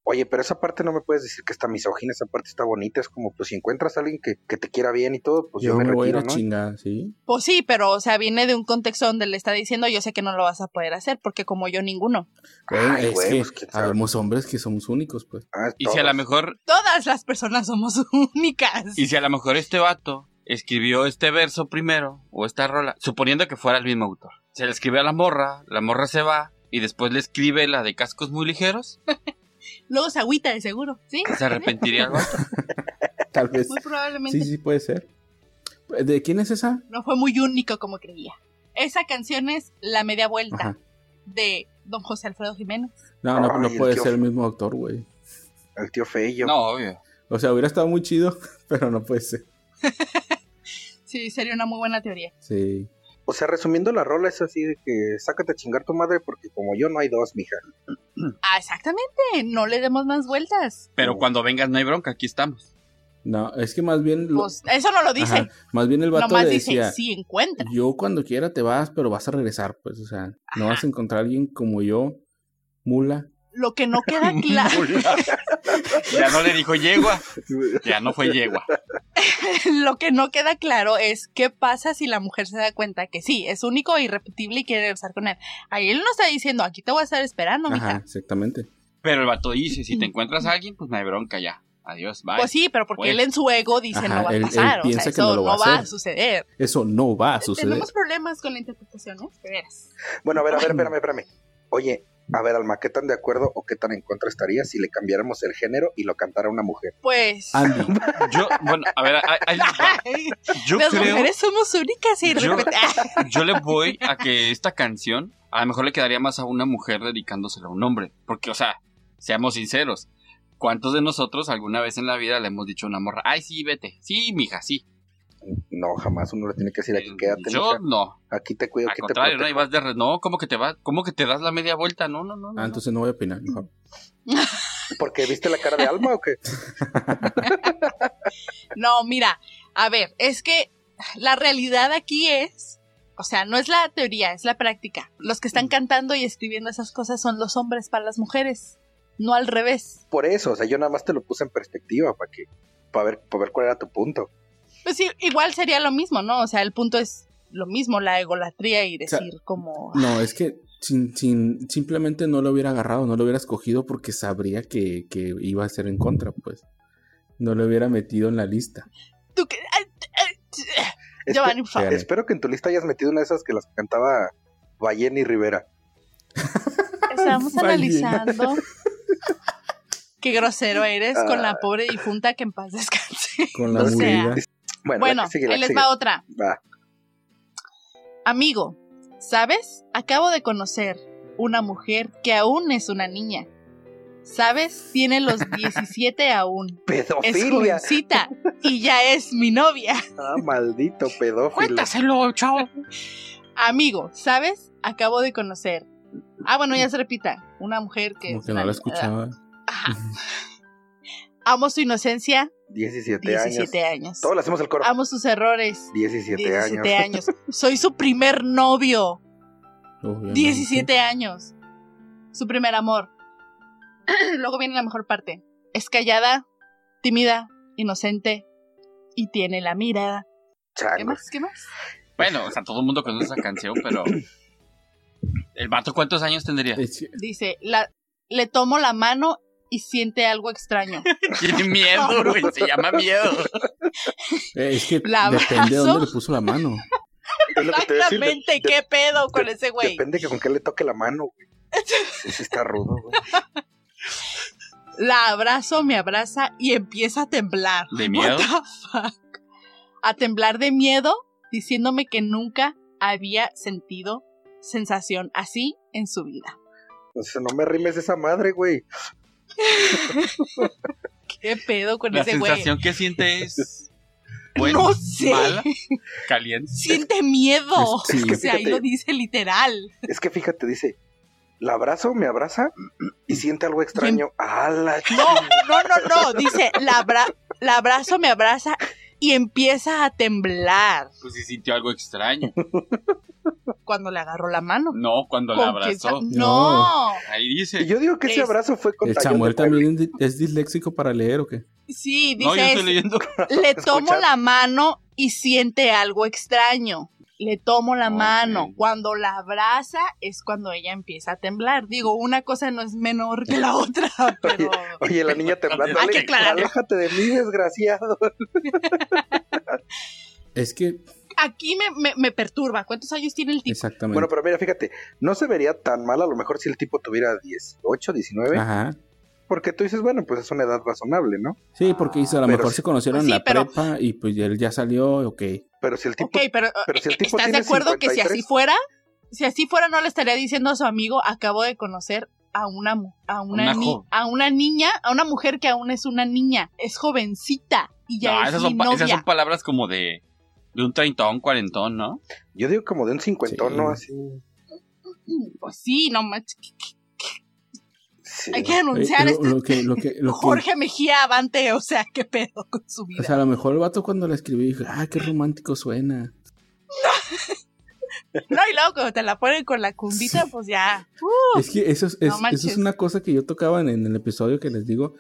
Speaker 3: Oye, pero esa parte no me puedes decir que está misógina, esa parte está bonita. Es como, pues si encuentras a alguien que, que te quiera bien y todo, pues yo,
Speaker 4: yo
Speaker 3: me,
Speaker 4: me voy a ir
Speaker 3: retiro,
Speaker 4: a
Speaker 3: ¿no?
Speaker 4: chingar, ¿sí?
Speaker 2: Pues sí, pero o sea, viene de un contexto donde le está diciendo, yo sé que no lo vas a poder hacer, porque como yo ninguno.
Speaker 4: Güey,
Speaker 3: Ay,
Speaker 4: es
Speaker 3: güey,
Speaker 4: que
Speaker 3: pues, quién sabe.
Speaker 4: habemos hombres que somos únicos, pues.
Speaker 3: Ah, es
Speaker 1: Y
Speaker 3: todo.
Speaker 1: si a lo mejor,
Speaker 2: Todas las personas somos únicas.
Speaker 1: y si a lo mejor este vato escribió este verso primero, o esta rola, suponiendo que fuera el mismo autor. Se le escribe a la morra, la morra se va, y después le escribe la de cascos muy ligeros,
Speaker 2: Luego se agüita de seguro, ¿sí?
Speaker 1: se arrepentiría el vato.
Speaker 4: Tal vez.
Speaker 2: Muy probablemente
Speaker 4: Sí, sí, puede ser. ¿De quién es esa?
Speaker 2: no fue muy único como creía. Esa canción es La Media Vuelta
Speaker 4: Ajá.
Speaker 2: de don José Alfredo Jiménez.
Speaker 4: No, no,
Speaker 3: Ay,
Speaker 4: no
Speaker 3: el
Speaker 4: puede
Speaker 3: tío.
Speaker 4: ser el mismo autor, güey.
Speaker 3: El tío Feyo.
Speaker 1: No, obvio.
Speaker 4: O sea, hubiera estado muy chido, pero no puede ser.
Speaker 2: Sí, sería una muy buena teoría.
Speaker 4: Sí.
Speaker 3: O sea, resumiendo la rola, es así de que sácate a chingar tu madre porque como yo no hay dos, mija.
Speaker 2: Ah, exactamente, no le demos más vueltas.
Speaker 1: Pero cuando vengas no hay bronca, aquí estamos.
Speaker 4: No, es que más bien. lo-
Speaker 2: Pues, eso no lo dice.
Speaker 4: Ajá, Más bien el vato
Speaker 2: Nomás
Speaker 4: le
Speaker 2: dice,
Speaker 4: decía:
Speaker 2: si encuentra.
Speaker 4: Yo cuando quiera te vas, pero vas a regresar, pues. O sea, no vas a encontrar a alguien como yo, mula.
Speaker 2: Lo que no queda claro,
Speaker 1: Ya no le dijo yegua, ya no fue yegua.
Speaker 2: lo que no queda claro es qué pasa si la mujer se da cuenta que sí, es único e irrepetible y quiere regresar con él. Ahí él no está diciendo, aquí te voy a estar esperando,
Speaker 4: Ajá,
Speaker 2: mija.
Speaker 4: exactamente.
Speaker 1: Pero el vato dice, si te encuentras a alguien, pues no hay bronca ya. Adiós, bye.
Speaker 2: Pues sí, pero porque
Speaker 1: Pues.
Speaker 2: él en su ego dice
Speaker 4: Ajá,
Speaker 2: no va
Speaker 4: él-
Speaker 2: a
Speaker 4: él
Speaker 2: pasar, o sea,
Speaker 4: piensa que
Speaker 2: eso
Speaker 4: no
Speaker 2: no,
Speaker 4: lo va a
Speaker 2: va a
Speaker 4: hacer.
Speaker 2: suceder.
Speaker 4: Eso no va a suceder.
Speaker 2: Tenemos problemas con la interpretación, ¿eh? De veras.
Speaker 3: Bueno, a ver, a ver, espérame, espérame. Oye, a ver, Alma, ¿qué tan de acuerdo o qué tan en contra estaría si le cambiáramos el género y lo cantara una mujer?
Speaker 2: Pues,
Speaker 4: Andy,
Speaker 1: Yo, bueno, a ver, ahí- ahí les va. yo
Speaker 2: las
Speaker 1: creo...
Speaker 2: mujeres somos únicas y
Speaker 1: Yo-
Speaker 2: irrepetibles.
Speaker 1: Yo le voy a que esta canción a lo mejor le quedaría más a una mujer dedicándosela a un hombre. Porque, o sea, seamos sinceros. ¿Cuántos de nosotros alguna vez en la vida le hemos dicho a una morra, ay, sí, vete? Sí, mija, sí.
Speaker 3: No, jamás uno le tiene que decir aquí, quédate,
Speaker 1: Mm, Yo
Speaker 3: mija.
Speaker 1: no.
Speaker 3: Aquí te cuido,
Speaker 1: Al
Speaker 3: aquí te
Speaker 1: contrario, no, y
Speaker 3: protejo.
Speaker 1: vas de re... No, ¿cómo que te vas? ¿Cómo que te das la media vuelta? No, no, no. no,
Speaker 4: Ah, entonces no voy a opinar. mejor.
Speaker 3: ¿Porque viste la cara de Alma o qué?
Speaker 2: No, mira, a ver, es que la realidad aquí es, o sea, no es la teoría, es la práctica. Los que
Speaker 3: Mm.
Speaker 2: están cantando y escribiendo esas cosas son los hombres para las mujeres, no al revés.
Speaker 3: Por eso, o sea, yo nada más te lo puse en perspectiva para que, para ver, para ver cuál era tu punto.
Speaker 2: Pues sí, igual
Speaker 3: mm.
Speaker 2: sería lo mismo, ¿no? O sea, el punto es lo mismo, la egolatría y decir como...
Speaker 4: No, es que sin, sin, simplemente no lo hubiera agarrado, no lo hubiera escogido porque sabría que, que iba a ser en contra, pues. No lo hubiera metido en la lista.
Speaker 2: ¿Tú qué? Ay, ay, ay.
Speaker 3: Espe-
Speaker 2: Giovanni, por favor.
Speaker 4: Fíjate.
Speaker 3: Espero que en tu lista hayas metido una de esas que las cantaba Ballén y Rivera.
Speaker 2: Estamos
Speaker 4: Vaya.
Speaker 2: analizando. Qué grosero eres con
Speaker 3: Ah.
Speaker 2: la pobre difunta que en paz descanse.
Speaker 4: Con la
Speaker 2: O sea,
Speaker 4: murilla.
Speaker 3: Bueno,
Speaker 2: Bueno,
Speaker 3: la que sigue, la
Speaker 2: ahí
Speaker 3: que
Speaker 2: les
Speaker 3: sigue.
Speaker 2: va otra.
Speaker 3: Va.
Speaker 2: Amigo, ¿sabes? Acabo de conocer una mujer que aún es una niña. ¿Sabes? Tiene los 17 aún. Es
Speaker 3: Pedofilia.
Speaker 2: jovencita y ya es mi novia.
Speaker 3: Ah, maldito pedófilo.
Speaker 1: Cuéntaselo, chao.
Speaker 2: Amigo, ¿sabes? Acabo de conocer. Ah, bueno, ya se repita. Una mujer que.
Speaker 4: Como
Speaker 2: es
Speaker 4: que no
Speaker 2: una-
Speaker 4: la escuchaba.
Speaker 2: Ajá. Amo su inocencia,
Speaker 3: 17, años.
Speaker 2: 17 años.
Speaker 3: Todos le hacemos el coro.
Speaker 2: Amo sus errores,
Speaker 3: 17,
Speaker 2: 17
Speaker 3: años.
Speaker 2: años. Soy su primer novio.
Speaker 4: obviamente.
Speaker 2: 17 años. Su primer amor. Luego viene la mejor parte. Es callada, tímida, inocente y tiene la mirada. ¿Qué
Speaker 3: Changos.
Speaker 2: más? ¿Qué más?
Speaker 1: Bueno, o sea, todo el mundo conoce esa canción, pero. ¿El vato cuántos años tendría?
Speaker 4: Es que-
Speaker 2: Dice, la, le tomo la mano y siente algo extraño.
Speaker 1: Tiene miedo, güey. Se llama miedo.
Speaker 4: eh, Es que
Speaker 2: La
Speaker 4: depende de
Speaker 2: abrazo.
Speaker 4: dónde le puso la mano.
Speaker 3: Es lo que te iba a decir, de-
Speaker 2: Exactamente,
Speaker 3: de-
Speaker 2: ¿qué pedo con ese güey?
Speaker 3: Depende que con qué le toque la mano, güey. Ese está rudo, güey.
Speaker 2: La abrazo, me abraza y empieza a temblar.
Speaker 1: ¿De miedo?
Speaker 2: What the fuck? A temblar de miedo, diciéndome que nunca había sentido sensación así en su vida.
Speaker 3: O sea, no me rimes esa madre, güey.
Speaker 2: ¿Qué pedo con
Speaker 1: La
Speaker 2: ese güey?
Speaker 1: sensación que siente es.
Speaker 2: no sé.
Speaker 1: mala, caliente.
Speaker 2: Siente miedo.
Speaker 4: Es- sí.
Speaker 2: o sea, ahí
Speaker 3: Fíjate.
Speaker 2: lo dice literal.
Speaker 3: Es que fíjate, dice, la abrazo, me abraza y siente algo extraño. ¡A la
Speaker 2: No, no, no, no. Dice, la, abra- la abrazo, me abraza y empieza a temblar
Speaker 1: Pues sí sintió algo extraño.
Speaker 2: cuando le agarró la mano.
Speaker 1: No, cuando la
Speaker 2: Con que sa-
Speaker 1: abrazó.
Speaker 2: No.
Speaker 1: Ahí
Speaker 3: Y
Speaker 1: dice.
Speaker 3: yo digo que ese
Speaker 2: Es-
Speaker 3: abrazo fue con
Speaker 4: El
Speaker 3: tallón
Speaker 4: Samuel
Speaker 3: de pueblo.
Speaker 4: también di- es disléxico para leer o qué.
Speaker 2: Sí,
Speaker 1: No, yo
Speaker 2: dice,
Speaker 1: estoy leyendo.
Speaker 2: le tomo
Speaker 3: Escuchar.
Speaker 2: la mano y siente algo extraño. Le tomo la
Speaker 1: Ok.
Speaker 2: mano. Cuando la abraza es cuando ella empieza a temblar. Digo, una cosa no es menor que la otra, pero...
Speaker 3: Oye, la niña temblando.
Speaker 2: Hay que
Speaker 3: "Ale-
Speaker 2: aclararlo.
Speaker 3: Aléjate de mí, desgraciado.
Speaker 4: Es que,
Speaker 2: Aquí me, me- me perturba. ¿Cuántos años tiene el tipo?
Speaker 4: exactamente.
Speaker 3: Bueno, pero mira, fíjate, no se vería tan mal a lo mejor si el tipo tuviera 18, 19,
Speaker 4: Ajá.
Speaker 3: porque tú dices, bueno, pues es una edad razonable, ¿no?
Speaker 4: Sí, porque hizo, a lo
Speaker 3: Pero
Speaker 4: mejor
Speaker 3: sí-
Speaker 4: se conocieron en
Speaker 2: Sí,
Speaker 4: la
Speaker 2: pero-
Speaker 4: prepa y pues él ya salió, ok.
Speaker 3: Pero si el tipo...
Speaker 2: Ok, pero, uh,
Speaker 3: pero si el tipo
Speaker 2: ¿estás de
Speaker 3: tiene
Speaker 2: acuerdo que si
Speaker 3: 53?
Speaker 2: así fuera, si así fuera no le estaría diciendo a su amigo, acabo de conocer a una mu- a una,
Speaker 1: Una
Speaker 2: ni-
Speaker 1: jo-
Speaker 2: a una niña, a una mujer que aún es una niña, es jovencita y ya
Speaker 1: No,
Speaker 2: es
Speaker 1: esas
Speaker 2: mi
Speaker 1: son, pa- esas
Speaker 2: novia.
Speaker 1: son palabras como de. De un treintón, cuarentón, ¿no?
Speaker 3: Yo digo como de un cincuentón,
Speaker 4: Sí.
Speaker 3: ¿no? Así...
Speaker 2: Mm, Pues sí, no manches,
Speaker 3: sí.
Speaker 2: hay que
Speaker 4: Eh,
Speaker 2: denunciar a
Speaker 4: lo,
Speaker 2: este
Speaker 4: lo que, lo que, lo que-
Speaker 2: Jorge Mejía Avante, o sea, qué pedo con su vida.
Speaker 4: o sea, a lo mejor el vato cuando la escribí dijo, ah, qué romántico suena.
Speaker 2: no, y luego cuando te la ponen con la cumbita, pues ya.
Speaker 4: Es que eso es, es-
Speaker 2: No manches.
Speaker 4: eso es una cosa que yo tocaba en, en el episodio que les digo,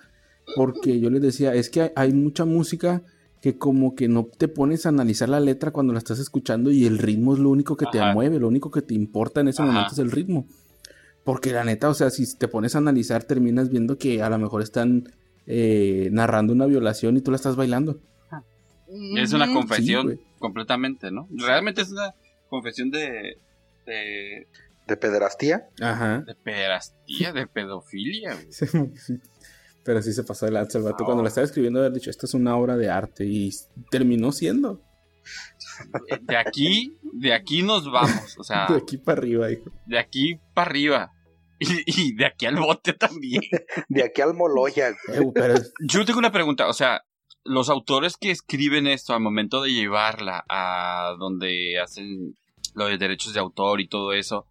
Speaker 4: porque yo les decía, es que hay, hay mucha música que como que no te pones a analizar la letra cuando la estás escuchando y el ritmo es lo único que
Speaker 1: Ajá.
Speaker 4: te mueve, lo único que te importa en ese
Speaker 1: Ajá.
Speaker 4: momento es el ritmo. Porque la neta, o sea, si te pones a analizar, terminas viendo que a lo mejor están eh, narrando una violación y tú la estás bailando.
Speaker 1: Es una
Speaker 2: Ujú.
Speaker 1: confesión
Speaker 4: güey.
Speaker 1: completamente, ¿no? Realmente es una confesión de. de.
Speaker 3: ¿De pederastía?
Speaker 4: Ajá.
Speaker 1: de pederastía, de pedofilia, güey.
Speaker 4: Sí, sí. Pero sí se pasó de lanza el vato. Cuando la estaba escribiendo, haber dicho, esta es una obra de arte y s- terminó siendo.
Speaker 1: De aquí, de aquí nos vamos. O sea,
Speaker 4: De aquí para arriba, dijo.
Speaker 1: de aquí para arriba. Y, y de aquí al bote también.
Speaker 3: De aquí al Moloya. güey.
Speaker 4: Eh, pero
Speaker 1: Yo tengo una pregunta, o sea, los autores que escriben esto al momento de llevarla a donde hacen lo de derechos de autor y todo eso,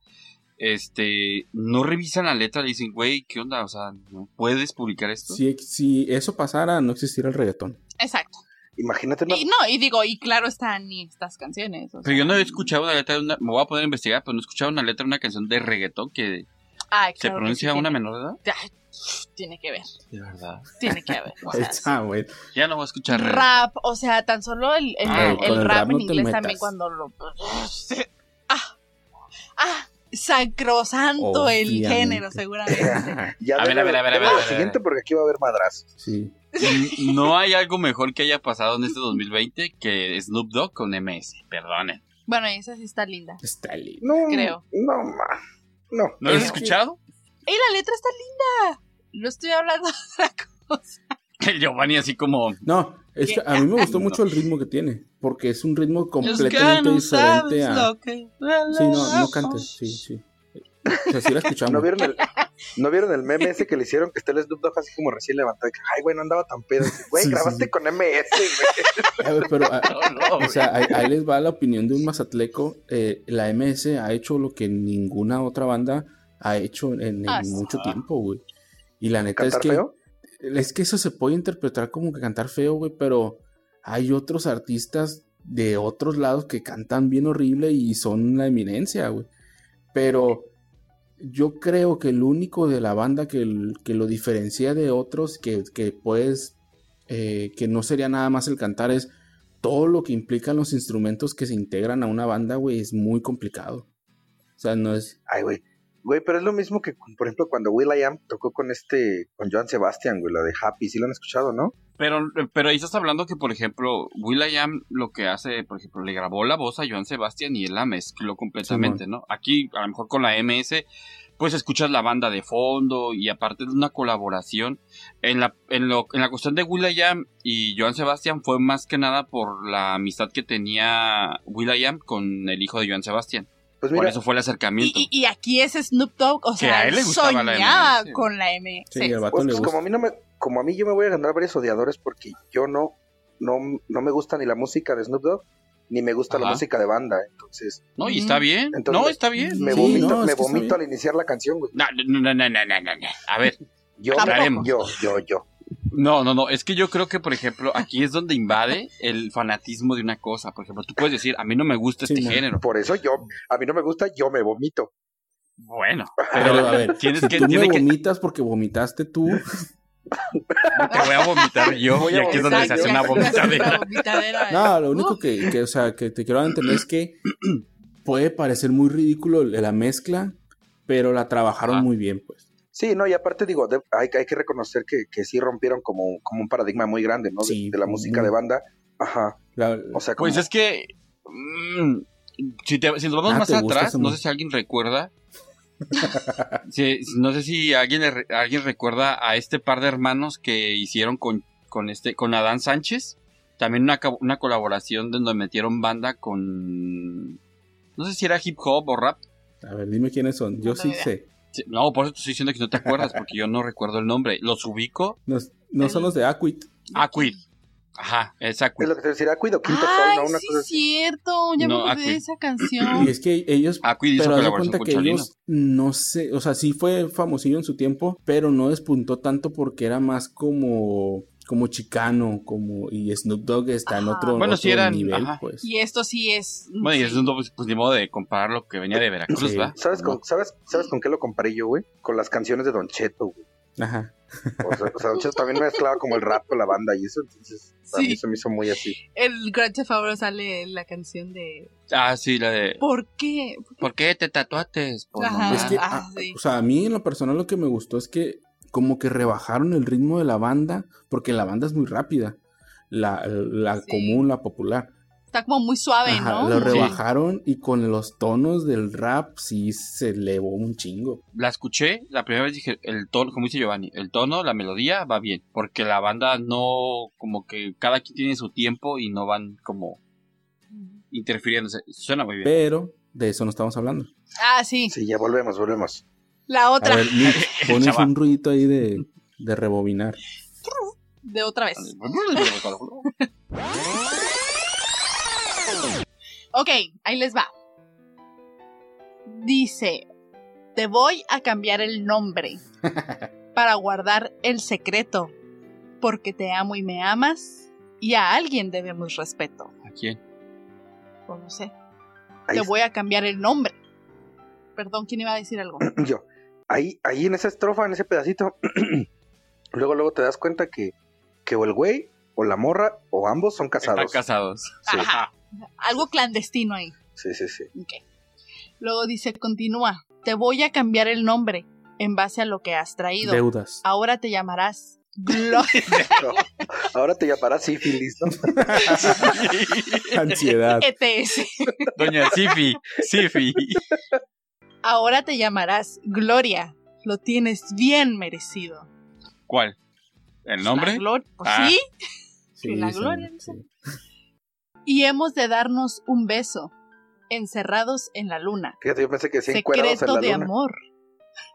Speaker 1: este, no revisan la letra, le dicen, güey, ¿qué onda? O sea, ¿no puedes publicar esto?
Speaker 4: si, si eso pasara, no existiera el reggaetón.
Speaker 2: Exacto.
Speaker 3: Imagínate una...
Speaker 2: Y no, y digo, y claro están y estas canciones. o
Speaker 1: Pero yo
Speaker 2: sea.
Speaker 1: no he escuchado una letra de una, me voy a poner a investigar, pero no he escuchado una letra de una canción de reggaetón que se
Speaker 2: Ay, ah, claro que
Speaker 1: pronuncia
Speaker 2: sí
Speaker 1: una
Speaker 2: tiene-
Speaker 1: menor de edad.
Speaker 2: Ay, Tiene que ver,
Speaker 1: De verdad.
Speaker 2: tiene que ver. o sea, sí.
Speaker 4: Ah, güey.
Speaker 1: Ya no voy a escuchar reggaetón.
Speaker 2: rap, o sea, tan solo el, el-
Speaker 1: Ah,
Speaker 2: el
Speaker 4: con el
Speaker 2: rap
Speaker 4: rap
Speaker 2: en
Speaker 4: no te
Speaker 2: inglés
Speaker 4: metas.
Speaker 2: también cuando lo... Ah, ah, sacrosanto el
Speaker 4: Obviamente.
Speaker 2: género, seguramente.
Speaker 3: Ya
Speaker 1: A ver,
Speaker 3: debe-
Speaker 1: a ver, a ver, a
Speaker 3: debe
Speaker 1: ver,
Speaker 3: lo
Speaker 1: a ver.
Speaker 3: siguiente porque aquí va a haber madrazos.
Speaker 4: sí.
Speaker 1: No hay algo mejor que haya pasado en este 2020 que Snoop Dogg con MS. Perdonen.
Speaker 2: bueno, y esa sí está linda.
Speaker 4: Está lindo.
Speaker 3: No,
Speaker 2: Creo.
Speaker 3: No, ma. No.
Speaker 1: ¿No lo has
Speaker 2: Es que-
Speaker 1: escuchado?
Speaker 2: ¡Y la letra está linda! No estoy hablando de otra cosa.
Speaker 1: El Giovanni así como...
Speaker 4: No, es que a mí me gustó mucho el ritmo que tiene, porque es un ritmo completamente
Speaker 2: no
Speaker 4: diferente a...
Speaker 2: que...
Speaker 4: Sí, no, no cantes, sí, sí. O sea, sí la escuchamos.
Speaker 3: ¿No vieron, el, ¿No vieron el meme ese que le hicieron que está el Snoop Dogg así como recién levantado? Que, Ay, güey, no andaba tan pedo. Así, Güey,
Speaker 4: Sí, sí,
Speaker 3: grabaste
Speaker 4: sí.
Speaker 3: con MS, güey.
Speaker 4: A ver, pero a-
Speaker 1: No, no,
Speaker 4: O sea, ahí, ahí les va la opinión de un mazatleco. Eh, la MS ha hecho lo que ninguna otra banda ha hecho en, en
Speaker 2: Ah, sí.
Speaker 4: mucho tiempo, güey. Y la neta es
Speaker 3: ¿Cantar
Speaker 4: que,
Speaker 3: feo?
Speaker 4: es que eso se puede interpretar como que cantar feo, güey, pero hay otros artistas de otros lados que cantan bien horrible y son una eminencia, güey. Pero yo creo que el único de la banda que, el- que lo diferencia de otros, que, que puedes, eh, que no sería nada más el cantar, es todo lo que implican los instrumentos que se integran a una banda, güey, es muy complicado. O sea, no es...
Speaker 3: Ay, güey. Güey, pero es lo mismo que, por ejemplo, cuando Will I Am tocó con este, con Joan Sebastian, güey, la de Happy. Sí lo han escuchado, ¿no?
Speaker 1: Pero, pero ahí estás hablando que, por ejemplo, Will.i.am lo que hace, por ejemplo, le grabó la voz a Joan Sebastián y él la mezcló completamente, ¿no? Aquí, a lo mejor con la MS, pues escuchas la banda de fondo y aparte de una colaboración. En la, en lo, en la cuestión de Will.i.am y Joan Sebastián fue más que nada por la amistad que tenía Will.i.am con el hijo de Joan Sebastián.
Speaker 3: Pues
Speaker 1: Por
Speaker 3: mira,
Speaker 1: eso fue el acercamiento.
Speaker 2: Y, y- y aquí es Snoop Dogg, o
Speaker 1: a
Speaker 2: sea,
Speaker 1: él
Speaker 2: él
Speaker 1: le gustaba la
Speaker 2: soñaba
Speaker 1: MS.
Speaker 2: con la M.
Speaker 4: Sí, al vato
Speaker 3: pues,
Speaker 4: le
Speaker 3: pues,
Speaker 4: gusta.
Speaker 3: como a mí no me, como a mí yo me voy a ganar varios odiadores porque yo no, no, no me gusta ni la música de Snoop Dogg, ni me gusta la
Speaker 1: Ajá.
Speaker 3: música de banda. Entonces,
Speaker 1: No, y está bien.
Speaker 3: Entonces,
Speaker 1: no, está bien.
Speaker 3: me
Speaker 4: Sí,
Speaker 3: vomito,
Speaker 4: no, es
Speaker 3: me
Speaker 4: que está
Speaker 3: vomito
Speaker 4: bien.
Speaker 3: al iniciar la canción, güey.
Speaker 1: No, no, no, no, no, no, no, no. A ver.
Speaker 3: Yo,
Speaker 1: Aclaremos.
Speaker 3: yo, yo, yo.
Speaker 1: No, no, no. Es que yo creo que, por ejemplo, aquí es donde invade el fanatismo de una cosa. Por ejemplo, tú puedes decir, a mí no me gusta
Speaker 4: Sí,
Speaker 1: este
Speaker 4: no.
Speaker 1: género.
Speaker 3: Por eso yo, a mí no me gusta, yo me vomito.
Speaker 1: Bueno,
Speaker 4: Pero,
Speaker 1: pero
Speaker 4: a ver,
Speaker 1: tienes
Speaker 4: si
Speaker 1: que-
Speaker 4: tú
Speaker 1: tiene
Speaker 4: me
Speaker 1: que-
Speaker 4: vomitas porque vomitaste tú,
Speaker 1: te voy a vomitar yo.
Speaker 3: Voy
Speaker 1: y
Speaker 3: a
Speaker 1: aquí es donde se hace
Speaker 2: Exacto,
Speaker 1: una
Speaker 2: ya se hace una
Speaker 1: vomitadera.
Speaker 2: vomitadera.
Speaker 4: No, lo único
Speaker 2: Uf,
Speaker 4: que, que, o sea, que te quiero dar a entender es que puede parecer muy ridículo la mezcla, pero la trabajaron
Speaker 1: Ah.
Speaker 4: muy bien, pues.
Speaker 3: Sí, no, y aparte digo, de- hay, hay que reconocer que, que sí rompieron como, como un paradigma muy grande, ¿no? De-
Speaker 4: Sí,
Speaker 3: de, la música
Speaker 4: muy-
Speaker 3: de banda. Ajá.
Speaker 4: La-
Speaker 3: O sea, como,
Speaker 1: Pues es que. mm, si, te- si nos vamos
Speaker 4: Ah,
Speaker 1: más
Speaker 4: ¿te gusta
Speaker 1: atrás,
Speaker 4: ese
Speaker 1: no
Speaker 4: mu-
Speaker 1: sé si alguien recuerda. si- no sé si alguien, le re- alguien recuerda a este par de hermanos que hicieron con, con, este, con Adán Sánchez. También una, co- una colaboración donde metieron banda con. No sé si era hip hop o rap.
Speaker 4: a ver, dime quiénes son. Yo
Speaker 2: No
Speaker 4: sí
Speaker 2: idea.
Speaker 4: sé.
Speaker 1: Sí, No, por eso te estoy diciendo que no te acuerdas, porque yo no recuerdo el nombre. Los ubico.
Speaker 4: No, no son los de Aquit.
Speaker 1: Aquid. Ajá, es
Speaker 3: es
Speaker 1: Aquid.
Speaker 3: lo que te decía, cuido, quinto
Speaker 2: Ay,
Speaker 3: sol, ¿no? Una
Speaker 2: sí
Speaker 3: cosa
Speaker 2: es
Speaker 3: así.
Speaker 2: cierto, ya
Speaker 1: No,
Speaker 2: me acordé
Speaker 1: aquí.
Speaker 2: de esa
Speaker 4: Y
Speaker 2: canción.
Speaker 4: es que ellos,
Speaker 1: Aquid Ah, hizo
Speaker 4: pero haz de
Speaker 1: colaboración
Speaker 4: cuenta
Speaker 1: con
Speaker 4: que
Speaker 1: Chalino.
Speaker 4: ellos no sé, o sea, sí fue famosillo en su tiempo, pero no despuntó tanto porque era más como, como chicano, como, y Snoop Dogg está en
Speaker 2: Ajá.
Speaker 4: otro,
Speaker 1: Bueno, sí
Speaker 4: otro
Speaker 1: eran-
Speaker 4: nivel,
Speaker 1: ajá.
Speaker 4: pues.
Speaker 2: Y esto sí es.
Speaker 1: Bueno, y
Speaker 2: sí.
Speaker 1: es un doble, pues, ni modo de comparar lo que venía de Veracruz,
Speaker 4: Sí.
Speaker 1: ¿verdad?
Speaker 3: ¿Sabes,
Speaker 1: No.
Speaker 3: con, ¿sabes, ¿Sabes con qué lo comparé yo, güey? Con las canciones de Don Cheto, güey.
Speaker 4: Ajá.
Speaker 3: O sea, o sea, Don Cheto también mezclaba como el rap con la banda y eso, entonces, a mí
Speaker 2: Sí.
Speaker 3: se me hizo muy así.
Speaker 2: El Grand Theft Auto sale la canción de.
Speaker 1: Ah, sí, la de.
Speaker 2: ¿Por qué?
Speaker 1: ¿Por qué te Pues, tatuaste? Por
Speaker 2: Ajá.
Speaker 1: mamá?
Speaker 4: Es que,
Speaker 2: Ah,
Speaker 4: a-
Speaker 2: sí.
Speaker 4: o sea, a mí en lo personal lo que me gustó es que como que rebajaron el ritmo de la banda, porque la banda es muy rápida, la, la
Speaker 2: Sí.
Speaker 4: común, la popular.
Speaker 2: Está como muy suave,
Speaker 4: Ajá,
Speaker 2: ¿no?
Speaker 4: lo
Speaker 2: Muy-
Speaker 4: rebajaron y con los tonos del rap sí se elevó un chingo.
Speaker 1: La escuché, la primera vez dije, el tono, como dice Giovanni, el tono, la melodía va bien. Porque la banda no, como que cada quien tiene su tiempo y no van como interfiriéndose. Suena muy bien.
Speaker 4: Pero de eso no estamos hablando.
Speaker 2: Ah, sí.
Speaker 3: Sí, ya volvemos, volvemos.
Speaker 2: La
Speaker 4: A
Speaker 2: otra,
Speaker 4: ver, Nick, pones
Speaker 1: Chava.
Speaker 4: un ruidito ahí de, de rebobinar.
Speaker 2: de otra vez. Ok, ahí les va. Dice, te voy a cambiar el nombre para guardar el secreto, porque te amo y me amas, y a alguien debemos respeto.
Speaker 1: ¿A quién?
Speaker 2: O no sé,
Speaker 3: Ahí
Speaker 2: te voy a cambiar el nombre. Perdón, ¿quién iba a decir algo?
Speaker 3: yo. Ahí, ahí en esa estrofa, en ese pedacito, luego, luego te das cuenta que, que o el güey, o la morra, o ambos son
Speaker 1: Están
Speaker 3: casados.
Speaker 1: casados.
Speaker 3: Sí.
Speaker 2: Ajá. Algo clandestino ahí.
Speaker 3: Sí, sí, sí.
Speaker 2: Ok. Luego dice, continúa, te voy a cambiar el nombre en base a lo que has traído.
Speaker 4: Deudas.
Speaker 2: Ahora te llamarás Gloria.
Speaker 3: Ahora te llamarás sífilis, ¿no?
Speaker 4: Ansiedad.
Speaker 2: E ETS.
Speaker 1: Doña Sifi, Sifi.
Speaker 2: Ahora te llamarás Gloria. Lo tienes bien merecido.
Speaker 1: ¿Cuál? ¿El
Speaker 2: La
Speaker 1: nombre?
Speaker 2: glor- pues
Speaker 1: Ah.
Speaker 2: sí.
Speaker 4: Sí,
Speaker 2: la
Speaker 4: sí,
Speaker 2: gloria, dice.
Speaker 4: sí.
Speaker 2: Y hemos de darnos un beso. Encerrados en la luna.
Speaker 3: Fíjate, yo pensé que sí encuerados en
Speaker 2: Secreto
Speaker 3: la
Speaker 2: de
Speaker 3: luna.
Speaker 2: amor.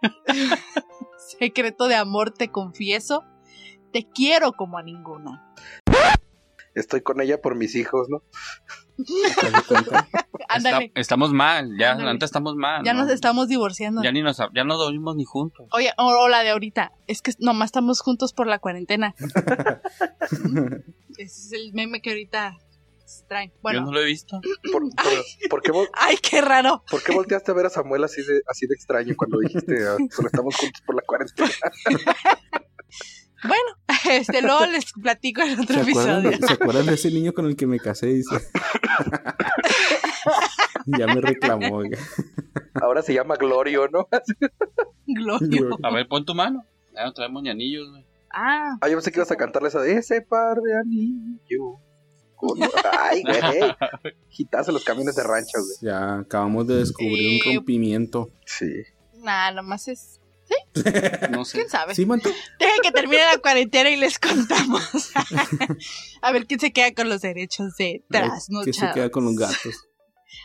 Speaker 2: Secreto de amor, te confieso. Te quiero como a ninguna.
Speaker 3: Estoy con ella por mis hijos, ¿no?
Speaker 4: ¿Te das cuenta?
Speaker 2: Ándale,
Speaker 1: Está- estamos mal, ya,
Speaker 2: Ándale.
Speaker 1: la neta estamos mal.
Speaker 2: ya
Speaker 1: ¿no?
Speaker 2: nos estamos divorciando.
Speaker 1: Ya ni nos, ya no dormimos ni juntos.
Speaker 2: Oye, o, o la de ahorita. Es que nomás estamos juntos por la cuarentena. Ese es el meme que ahorita se traen. Bueno,
Speaker 1: Yo no lo he visto.
Speaker 3: ¿Por, por, por qué, vol-
Speaker 2: ¡ay, qué raro!
Speaker 3: por qué volteaste a ver a Samuel así de, así de extraño cuando dijiste, "Ah, solo estamos juntos por la cuarentena?
Speaker 2: Bueno, este, luego les platico en otro
Speaker 4: ¿Se acuerdan,
Speaker 2: episodio.
Speaker 4: de, se acuerdan de ese niño con el que me casé? Dice. ya me reclamó. oiga.
Speaker 3: Ahora se llama Glorio, ¿no?
Speaker 2: Glorio.
Speaker 1: A ver, pon tu mano. Ya no traemos ni anillos, güey.
Speaker 2: Ah,
Speaker 3: Ah, yo pensé que ibas a cantarle esa de ese par de anillos. Con- Ay, güey. Quitarse los camiones de rancho, güey.
Speaker 4: Ya acabamos de descubrir
Speaker 2: Sí.
Speaker 4: un rompimiento.
Speaker 3: Sí.
Speaker 2: nada, nomás es.
Speaker 1: No sé.
Speaker 2: ¿Quién sabe?
Speaker 4: ¿Sí, Manto?
Speaker 2: Dejen que termine la cuarentena y les contamos. a ver quién se queda con los derechos de trasnochados.
Speaker 4: Que se queda con los gatos.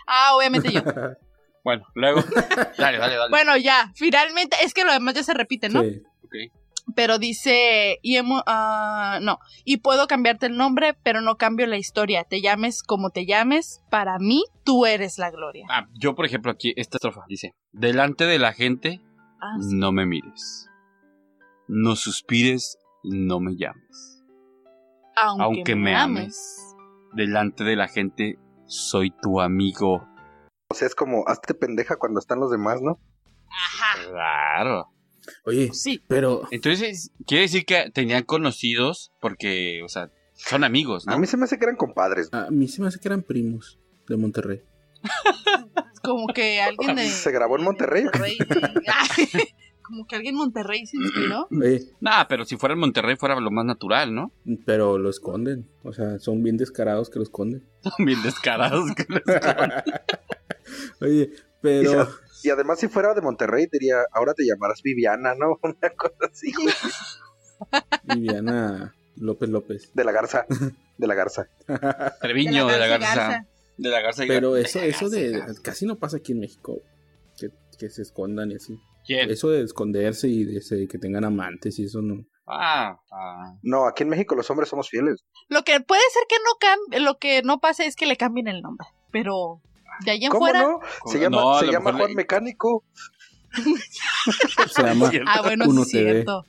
Speaker 2: Ah, obviamente yo.
Speaker 1: Bueno, luego. Dale, dale, dale.
Speaker 2: Bueno, ya, finalmente, es que lo demás ya se repite, ¿no?
Speaker 4: Sí.
Speaker 2: Pero dice, y hemo- ah, no, y puedo cambiarte el nombre, pero no cambio la historia. Te llames como te llames, para mí tú eres la gloria.
Speaker 1: Ah, yo, por ejemplo, aquí, esta estrofa dice: Delante de la gente,
Speaker 2: Ah, sí.
Speaker 1: no me mires. No suspires, no me llames.
Speaker 2: aunque,
Speaker 1: aunque
Speaker 2: me
Speaker 1: me
Speaker 2: ames.
Speaker 1: Delante de la gente, soy tu amigo.
Speaker 3: O sea, es como, hazte pendeja cuando están los demás, ¿no?
Speaker 1: Claro.
Speaker 4: Oye,
Speaker 2: Sí.
Speaker 4: pero
Speaker 1: Entonces, quiere decir que tenían conocidos porque, o sea, son amigos,
Speaker 3: A
Speaker 1: ¿no?
Speaker 3: mí se me hace que eran compadres.
Speaker 4: a mí se me hace que eran primos de Monterrey.
Speaker 2: Como que alguien de.
Speaker 3: ¿Se grabó en Monterrey?
Speaker 2: Monterrey, sí. como que alguien en Monterrey se inspiró.
Speaker 4: Oye,
Speaker 1: Nah, pero si fuera en Monterrey fuera lo más natural, ¿no?
Speaker 4: pero lo esconden. O sea, son bien descarados que lo esconden.
Speaker 1: Bien descarados. con los-
Speaker 4: Oye,
Speaker 3: Y,
Speaker 4: pero.
Speaker 3: se- y además, si fuera de Monterrey, diría, ahora te llamarás Viviana, ¿no? Una cosa así, güey.
Speaker 4: Viviana López López.
Speaker 3: De la garza. De la garza.
Speaker 1: Treviño de la Garza.
Speaker 2: Garza.
Speaker 1: De la Garza. y
Speaker 4: Pero
Speaker 1: Gar-
Speaker 4: eso, eso de. Casi no pasa aquí en México. Que, que se escondan y así.
Speaker 1: ¿Quién?
Speaker 4: Eso de esconderse y de ese- que tengan amantes y eso no.
Speaker 1: Ah, ah.
Speaker 3: No, aquí en México los hombres somos fieles.
Speaker 2: Lo que puede ser que no cambie, lo que no pase es que le cambien el nombre. Pero de ahí en
Speaker 3: ¿Cómo
Speaker 2: fuera.
Speaker 3: no? Se llama,
Speaker 1: No, a
Speaker 3: se
Speaker 1: lo
Speaker 3: llama
Speaker 1: mejor
Speaker 3: Juan
Speaker 1: le-
Speaker 3: Mecánico.
Speaker 4: Se llama.
Speaker 2: Ah, bueno, sí
Speaker 4: Uno
Speaker 2: es
Speaker 4: te ve.
Speaker 2: cierto.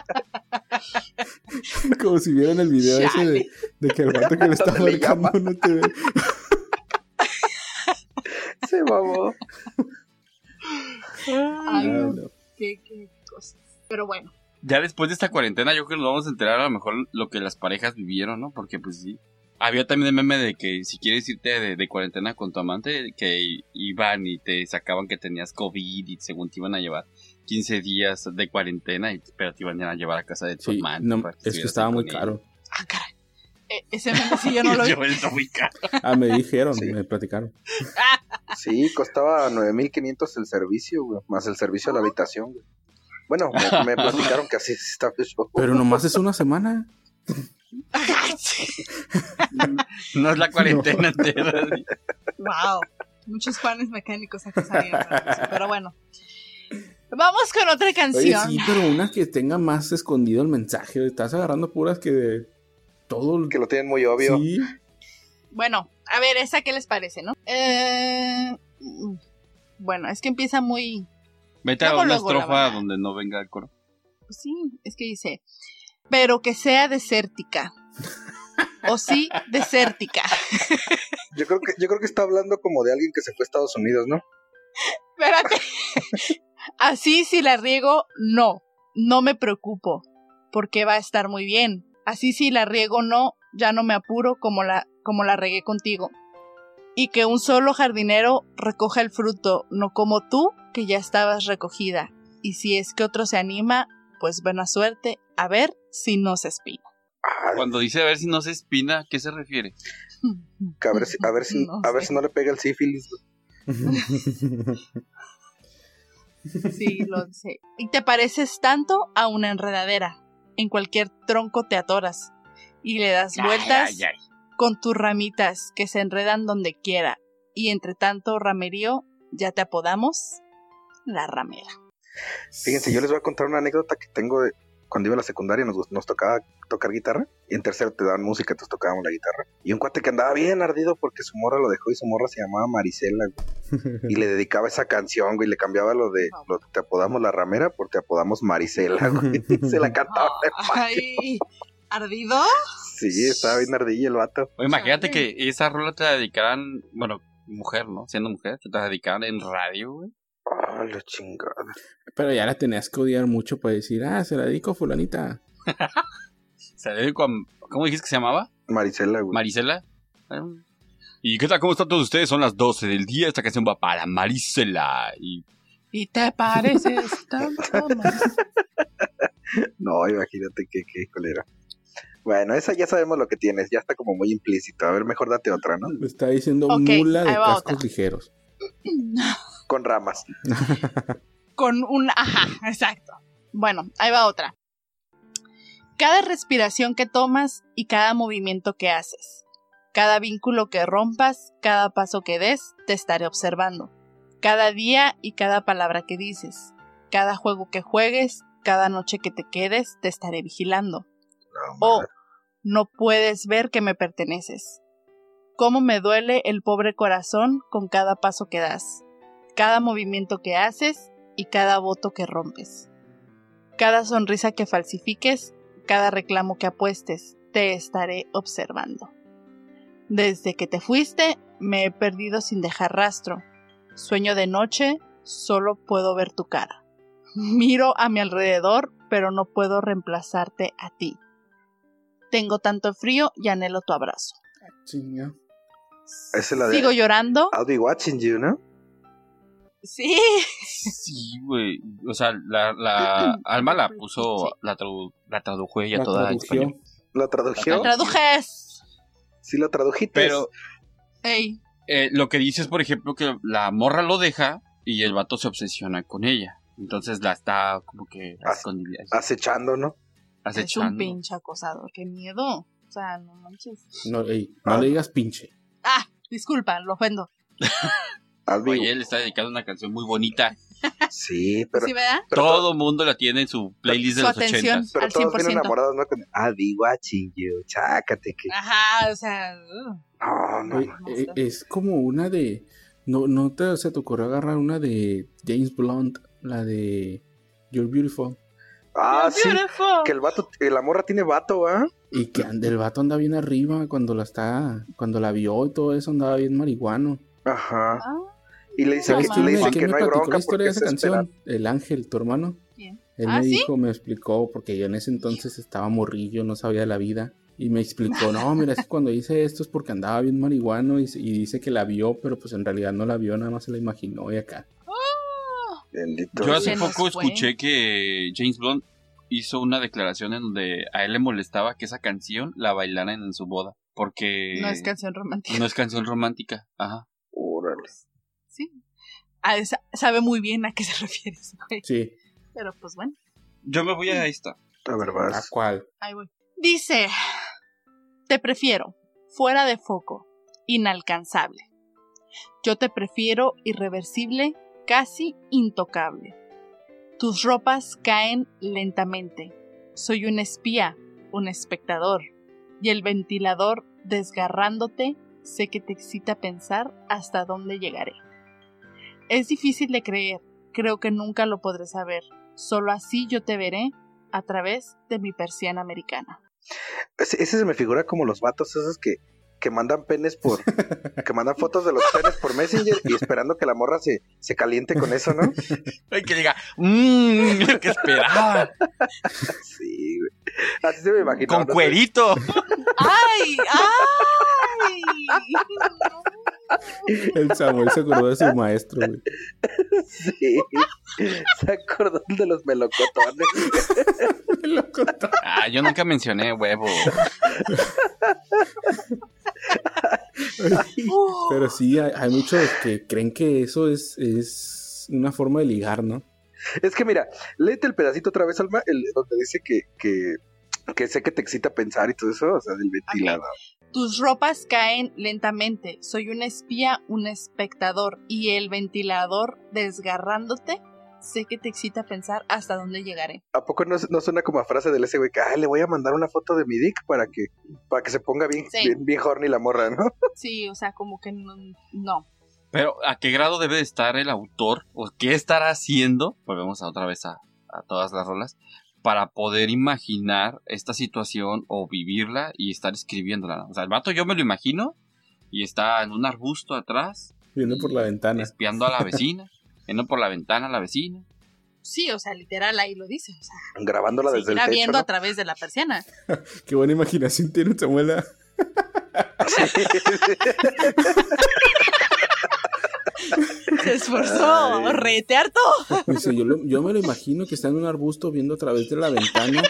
Speaker 4: Como si vieran el video ese
Speaker 2: Chale.
Speaker 4: de, de que el vato que le está
Speaker 3: ¿Dónde le
Speaker 4: marcando no te ve.
Speaker 3: Se mamó.
Speaker 2: Ay,
Speaker 4: Ah,
Speaker 2: no,
Speaker 3: Pues
Speaker 4: no.
Speaker 2: qué- qué cosas. Pero bueno.
Speaker 1: Ya después de esta cuarentena, yo creo que nos vamos a enterar a lo mejor lo que las parejas vivieron, ¿no? Porque pues sí. Había también el meme de que si quieres irte de, de cuarentena con tu amante, que iban y te sacaban que tenías COVID y según te iban a llevar 15 días de cuarentena, y, pero te iban a llevar a casa de tu
Speaker 4: Sí,
Speaker 1: amante.
Speaker 4: no,
Speaker 1: para
Speaker 3: pues,
Speaker 4: es que
Speaker 1: estuvieras
Speaker 4: estaba
Speaker 1: ahí
Speaker 4: muy
Speaker 1: con ella.
Speaker 4: caro.
Speaker 2: Ah, caray. E- ese meme sí yo no lo vi.
Speaker 1: Yo, está muy caro.
Speaker 4: Ah, me dijeron,
Speaker 3: Sí.
Speaker 4: me platicaron.
Speaker 3: Sí, costaba 9.500 el servicio, güey. Más el servicio a la habitación, güey. Bueno, me, me platicaron que así está el show.
Speaker 4: Pero nomás es una semana.
Speaker 1: No es la cuarentena entera.
Speaker 2: wow. Muchos panes mecánicos aquí salieron. Pero bueno. Vamos con otra
Speaker 4: Oye,
Speaker 2: canción.
Speaker 4: sí, pero una que tenga más escondido el mensaje. Estás agarrando puras que de todo el.
Speaker 3: Que lo tienen muy obvio.
Speaker 4: Sí.
Speaker 2: Bueno, a ver, esa qué les parece, ¿no? Eh, mm, bueno, es que empieza muy.
Speaker 1: Vete a
Speaker 2: Luego,
Speaker 1: una
Speaker 2: luego la
Speaker 1: estrofa
Speaker 2: banda.
Speaker 1: donde no venga el coro.
Speaker 2: pues sí, es que dice. Pero que sea desértica. O sí, desértica.
Speaker 3: Yo creo que yo creo que está hablando como de alguien que se fue a Estados Unidos, ¿no?
Speaker 2: Espérate. Así si la riego, no. No me preocupo. Porque va a estar muy bien. Así si la riego, no. Ya no me apuro como la, como la regué contigo. y que un solo jardinero recoja el fruto, no como tú, que ya estabas recogida. Y si es que otro se anima, pues buena suerte, a ver si no se espina.
Speaker 3: Ah,
Speaker 1: Cuando dice a ver si no se espina, ¿qué se refiere?
Speaker 3: que a ver si, a ver si,
Speaker 2: No
Speaker 3: a ver
Speaker 2: sé.
Speaker 3: si no le pega el sífilis. güey.
Speaker 2: Sí, lo sé. Y te pareces tanto a una enredadera. En cualquier tronco te atoras y le das vueltas
Speaker 1: Ay, ay, ay.
Speaker 2: con tus ramitas que se enredan donde quiera. Y entre tanto ramerío, ya te apodamos la ramera.
Speaker 3: Fíjense, yo les voy a contar una anécdota que tengo de cuando iba a la secundaria nos, gust- nos tocaba tocar guitarra y en tercero te daban música, entonces tocábamos la guitarra. Y un cuate que andaba bien ardido porque su morra lo dejó y su morra se llamaba Marisela güey, y le dedicaba esa canción, güey, le cambiaba lo de lo de te apodamos la ramera por te apodamos Marisela, güey. se la cantaba. de pa-
Speaker 2: Ay, ardido.
Speaker 3: Sí, estaba bien ardilla el vato.
Speaker 1: Oye, imagínate
Speaker 2: Chale.
Speaker 1: que esa rola te la dedicaran, bueno, mujer, ¿no? Siendo mujer, te la dedicaran en radio, güey.
Speaker 3: Ah, la chingada.
Speaker 4: Pero ya la tenías que odiar mucho para decir, ah, se la dedico a fulanita.
Speaker 1: Se la dedico a, ¿cómo dijiste que se llamaba?
Speaker 3: Marisela, güey.
Speaker 1: Marisela. Eh, ¿Y qué tal? ¿Cómo están todos ustedes? Son las 12 del día. Esta canción va para Marisela. Y
Speaker 2: Y te pareces tanto.
Speaker 3: No, imagínate qué, qué colera. Bueno, esa ya sabemos lo que tienes, ya está como muy implícito. A ver, mejor date otra, ¿no?
Speaker 4: Le está diciendo
Speaker 2: Ok,
Speaker 4: mula de
Speaker 2: ahí va
Speaker 4: cascos
Speaker 2: otra.
Speaker 4: ligeros.
Speaker 3: Con ramas.
Speaker 2: con un ajá, exacto. Bueno, ahí va otra. Cada respiración que tomas y cada movimiento que haces, cada vínculo que rompas, cada paso que des, te estaré observando. Cada día y cada palabra que dices, cada juego que juegues, cada noche que te quedes, te estaré vigilando.
Speaker 3: No,
Speaker 2: Oh,
Speaker 3: madre.
Speaker 2: no puedes ver que me perteneces. Cómo me duele el pobre corazón con cada paso que das, cada movimiento que haces y cada voto que rompes. Cada sonrisa que falsifiques, cada reclamo que apuestes, te estaré observando. Desde que te fuiste, me he perdido sin dejar rastro. Sueño de noche, solo puedo ver tu cara. Miro a mi alrededor, pero no puedo reemplazarte a ti. Tengo tanto frío y anhelo tu abrazo.
Speaker 4: Chinga.
Speaker 3: Esa es la de
Speaker 2: Sigo llorando.
Speaker 3: I'll be watching you, ¿no?
Speaker 2: Sí.
Speaker 1: sí, güey. O sea, la, la Alma la puso, la, tradu- la tradujo ella
Speaker 4: La
Speaker 1: toda en
Speaker 4: traducción.
Speaker 1: español.
Speaker 3: ¿La tradujeron?
Speaker 1: La tradu-
Speaker 2: Tradujes.
Speaker 3: sí, la tradujiste.
Speaker 1: Pero
Speaker 2: Ey.
Speaker 1: eh, lo que dice es, por ejemplo, que la morra lo deja y el vato se obsesiona con ella. Entonces la está como que
Speaker 3: As-
Speaker 1: escondida,
Speaker 3: ah, Acechando, ¿no?
Speaker 2: Es un
Speaker 1: acechando.
Speaker 2: pinche acosador. Qué miedo. O sea, no manches.
Speaker 4: No, ey, no
Speaker 3: Ah.
Speaker 4: le digas pinche.
Speaker 2: Ah, disculpa, lo ofendo.
Speaker 3: I'll be-
Speaker 1: Oye, él está dedicando una canción muy bonita.
Speaker 3: Sí, pero,
Speaker 2: ¿Sí, verdad?
Speaker 3: pero,
Speaker 1: Todo mundo la tiene en su playlist de
Speaker 2: Su
Speaker 1: los
Speaker 2: atención.
Speaker 1: ochentas.
Speaker 3: pero
Speaker 2: al
Speaker 3: todos
Speaker 2: 100%.
Speaker 3: bien enamorados, ¿no? Con "Ah, I'll be watching you. Chácate que.
Speaker 2: Ajá, o sea. uh.
Speaker 3: No, no.
Speaker 4: Oye,
Speaker 2: no
Speaker 4: eh,
Speaker 2: sé.
Speaker 4: es como una de. No, no te, se te ocurrió agarrar una de James Blunt, la de You're Beautiful.
Speaker 3: Ah, sí.
Speaker 2: Beautiful.
Speaker 3: Que el vato, que la morra tiene vato, ¿ah?
Speaker 4: Y que anda- el vato anda bien arriba cuando la está. Cuando la vio y todo eso andaba bien marihuano.
Speaker 3: Ajá.
Speaker 2: Ah,
Speaker 3: Y le dice,
Speaker 2: No,
Speaker 4: ¿Sabes
Speaker 2: mames.
Speaker 3: que,
Speaker 4: quién
Speaker 3: le
Speaker 4: me,
Speaker 3: dice
Speaker 4: quién
Speaker 3: que
Speaker 4: me
Speaker 3: no hay
Speaker 4: platicó
Speaker 3: bronca
Speaker 4: la
Speaker 3: porque
Speaker 4: historia de
Speaker 3: es
Speaker 4: esa
Speaker 3: esperar.
Speaker 4: canción? El ángel, tu hermano.
Speaker 2: ¿Quién?
Speaker 4: Él
Speaker 2: ¿Ah,
Speaker 4: me
Speaker 2: sí?
Speaker 4: dijo, me explicó, porque yo en ese entonces estaba morrillo, no sabía de la vida. Y me explicó, no, mira, es que cuando dice esto es porque andaba bien marihuano y, se- y dice que la vio, pero pues en realidad no la vio, nada más se la imaginó y acá.
Speaker 2: Ah,
Speaker 3: Bendito.
Speaker 1: Yo hace
Speaker 2: Se nos
Speaker 1: poco
Speaker 2: fue.
Speaker 1: escuché que James Blunt hizo una declaración en donde a él le molestaba que esa canción la bailaran en su boda. Porque
Speaker 2: no es canción romántica.
Speaker 1: no es canción romántica. Ajá.
Speaker 3: Órale.
Speaker 2: Sí. Ah, esa- sabe muy bien a qué se refieres, güey.
Speaker 4: Sí,
Speaker 2: Pero pues bueno.
Speaker 1: Yo me voy a esta.
Speaker 3: A ver,
Speaker 4: la
Speaker 3: vas.
Speaker 4: cual.
Speaker 2: Ahí voy. Dice, te prefiero, fuera de foco, inalcanzable. Yo te prefiero irreversible, casi intocable. Tus ropas caen lentamente. Soy un espía, un espectador. Y el ventilador, desgarrándote, sé que te excita pensar hasta dónde llegaré. Es difícil de creer, creo que nunca lo podré saber. Solo así yo te veré a través de mi persiana americana.
Speaker 3: Ese, ese se me figura como los vatos esos que, que mandan penes por. que mandan fotos de los penes por Messenger y esperando que la morra se, se caliente con eso, ¿no?
Speaker 1: Ay, que diga, mmm, es lo que esperaba.
Speaker 3: Sí, güey. Así se me imagino.
Speaker 1: con
Speaker 3: no sé.
Speaker 1: cuerito.
Speaker 2: ¡Ay! ¡Ay!
Speaker 4: El Samuel se acordó de su maestro, güey.
Speaker 3: Sí. Se acordó de los melocotones.
Speaker 4: Lo contó.
Speaker 1: Ah, yo nunca mencioné huevo.
Speaker 4: Pero sí, hay, hay muchos que creen que eso es, es una forma de ligar, ¿no?
Speaker 3: Es que mira, léete el pedacito otra vez, Alma, el, donde dice que, que, que sé que te excita pensar y todo eso, o sea, del ventilador.
Speaker 2: Tus ropas caen lentamente. Soy un espía, un espectador. Y el ventilador desgarrándote. Sé que te excita pensar hasta dónde llegaré.
Speaker 3: ¿A poco no, no suena como a frase del ese güey que, ay, le voy a mandar una foto de mi dick para que, para que se ponga bien,
Speaker 2: Sí.
Speaker 3: bien, bien horny la morra, ¿no?
Speaker 2: Sí, o sea, como que no. no.
Speaker 1: Pero, ¿a qué grado debe de estar el autor? ¿O qué estará haciendo? Volvemos a otra vez a, a todas las rolas. Para poder imaginar esta situación o vivirla y estar escribiéndola. ¿no? O sea, el vato yo me lo imagino y está en un arbusto atrás,
Speaker 4: Viendo por la ventana.
Speaker 1: espiando a la vecina, viendo por la ventana a la vecina.
Speaker 2: Sí, o sea, literal ahí lo dice. O sea,
Speaker 3: Grabándola desde el
Speaker 2: seguirá
Speaker 3: techo.
Speaker 2: viendo
Speaker 3: ¿no?
Speaker 2: a través de la persiana.
Speaker 4: Qué buena imaginación tiene Samuel. ¿eh?
Speaker 2: Se esforzó.
Speaker 3: Ay.
Speaker 2: Retearto.
Speaker 4: Dice, yo, lo- yo me lo imagino que está en un arbusto viendo a través de la ventana,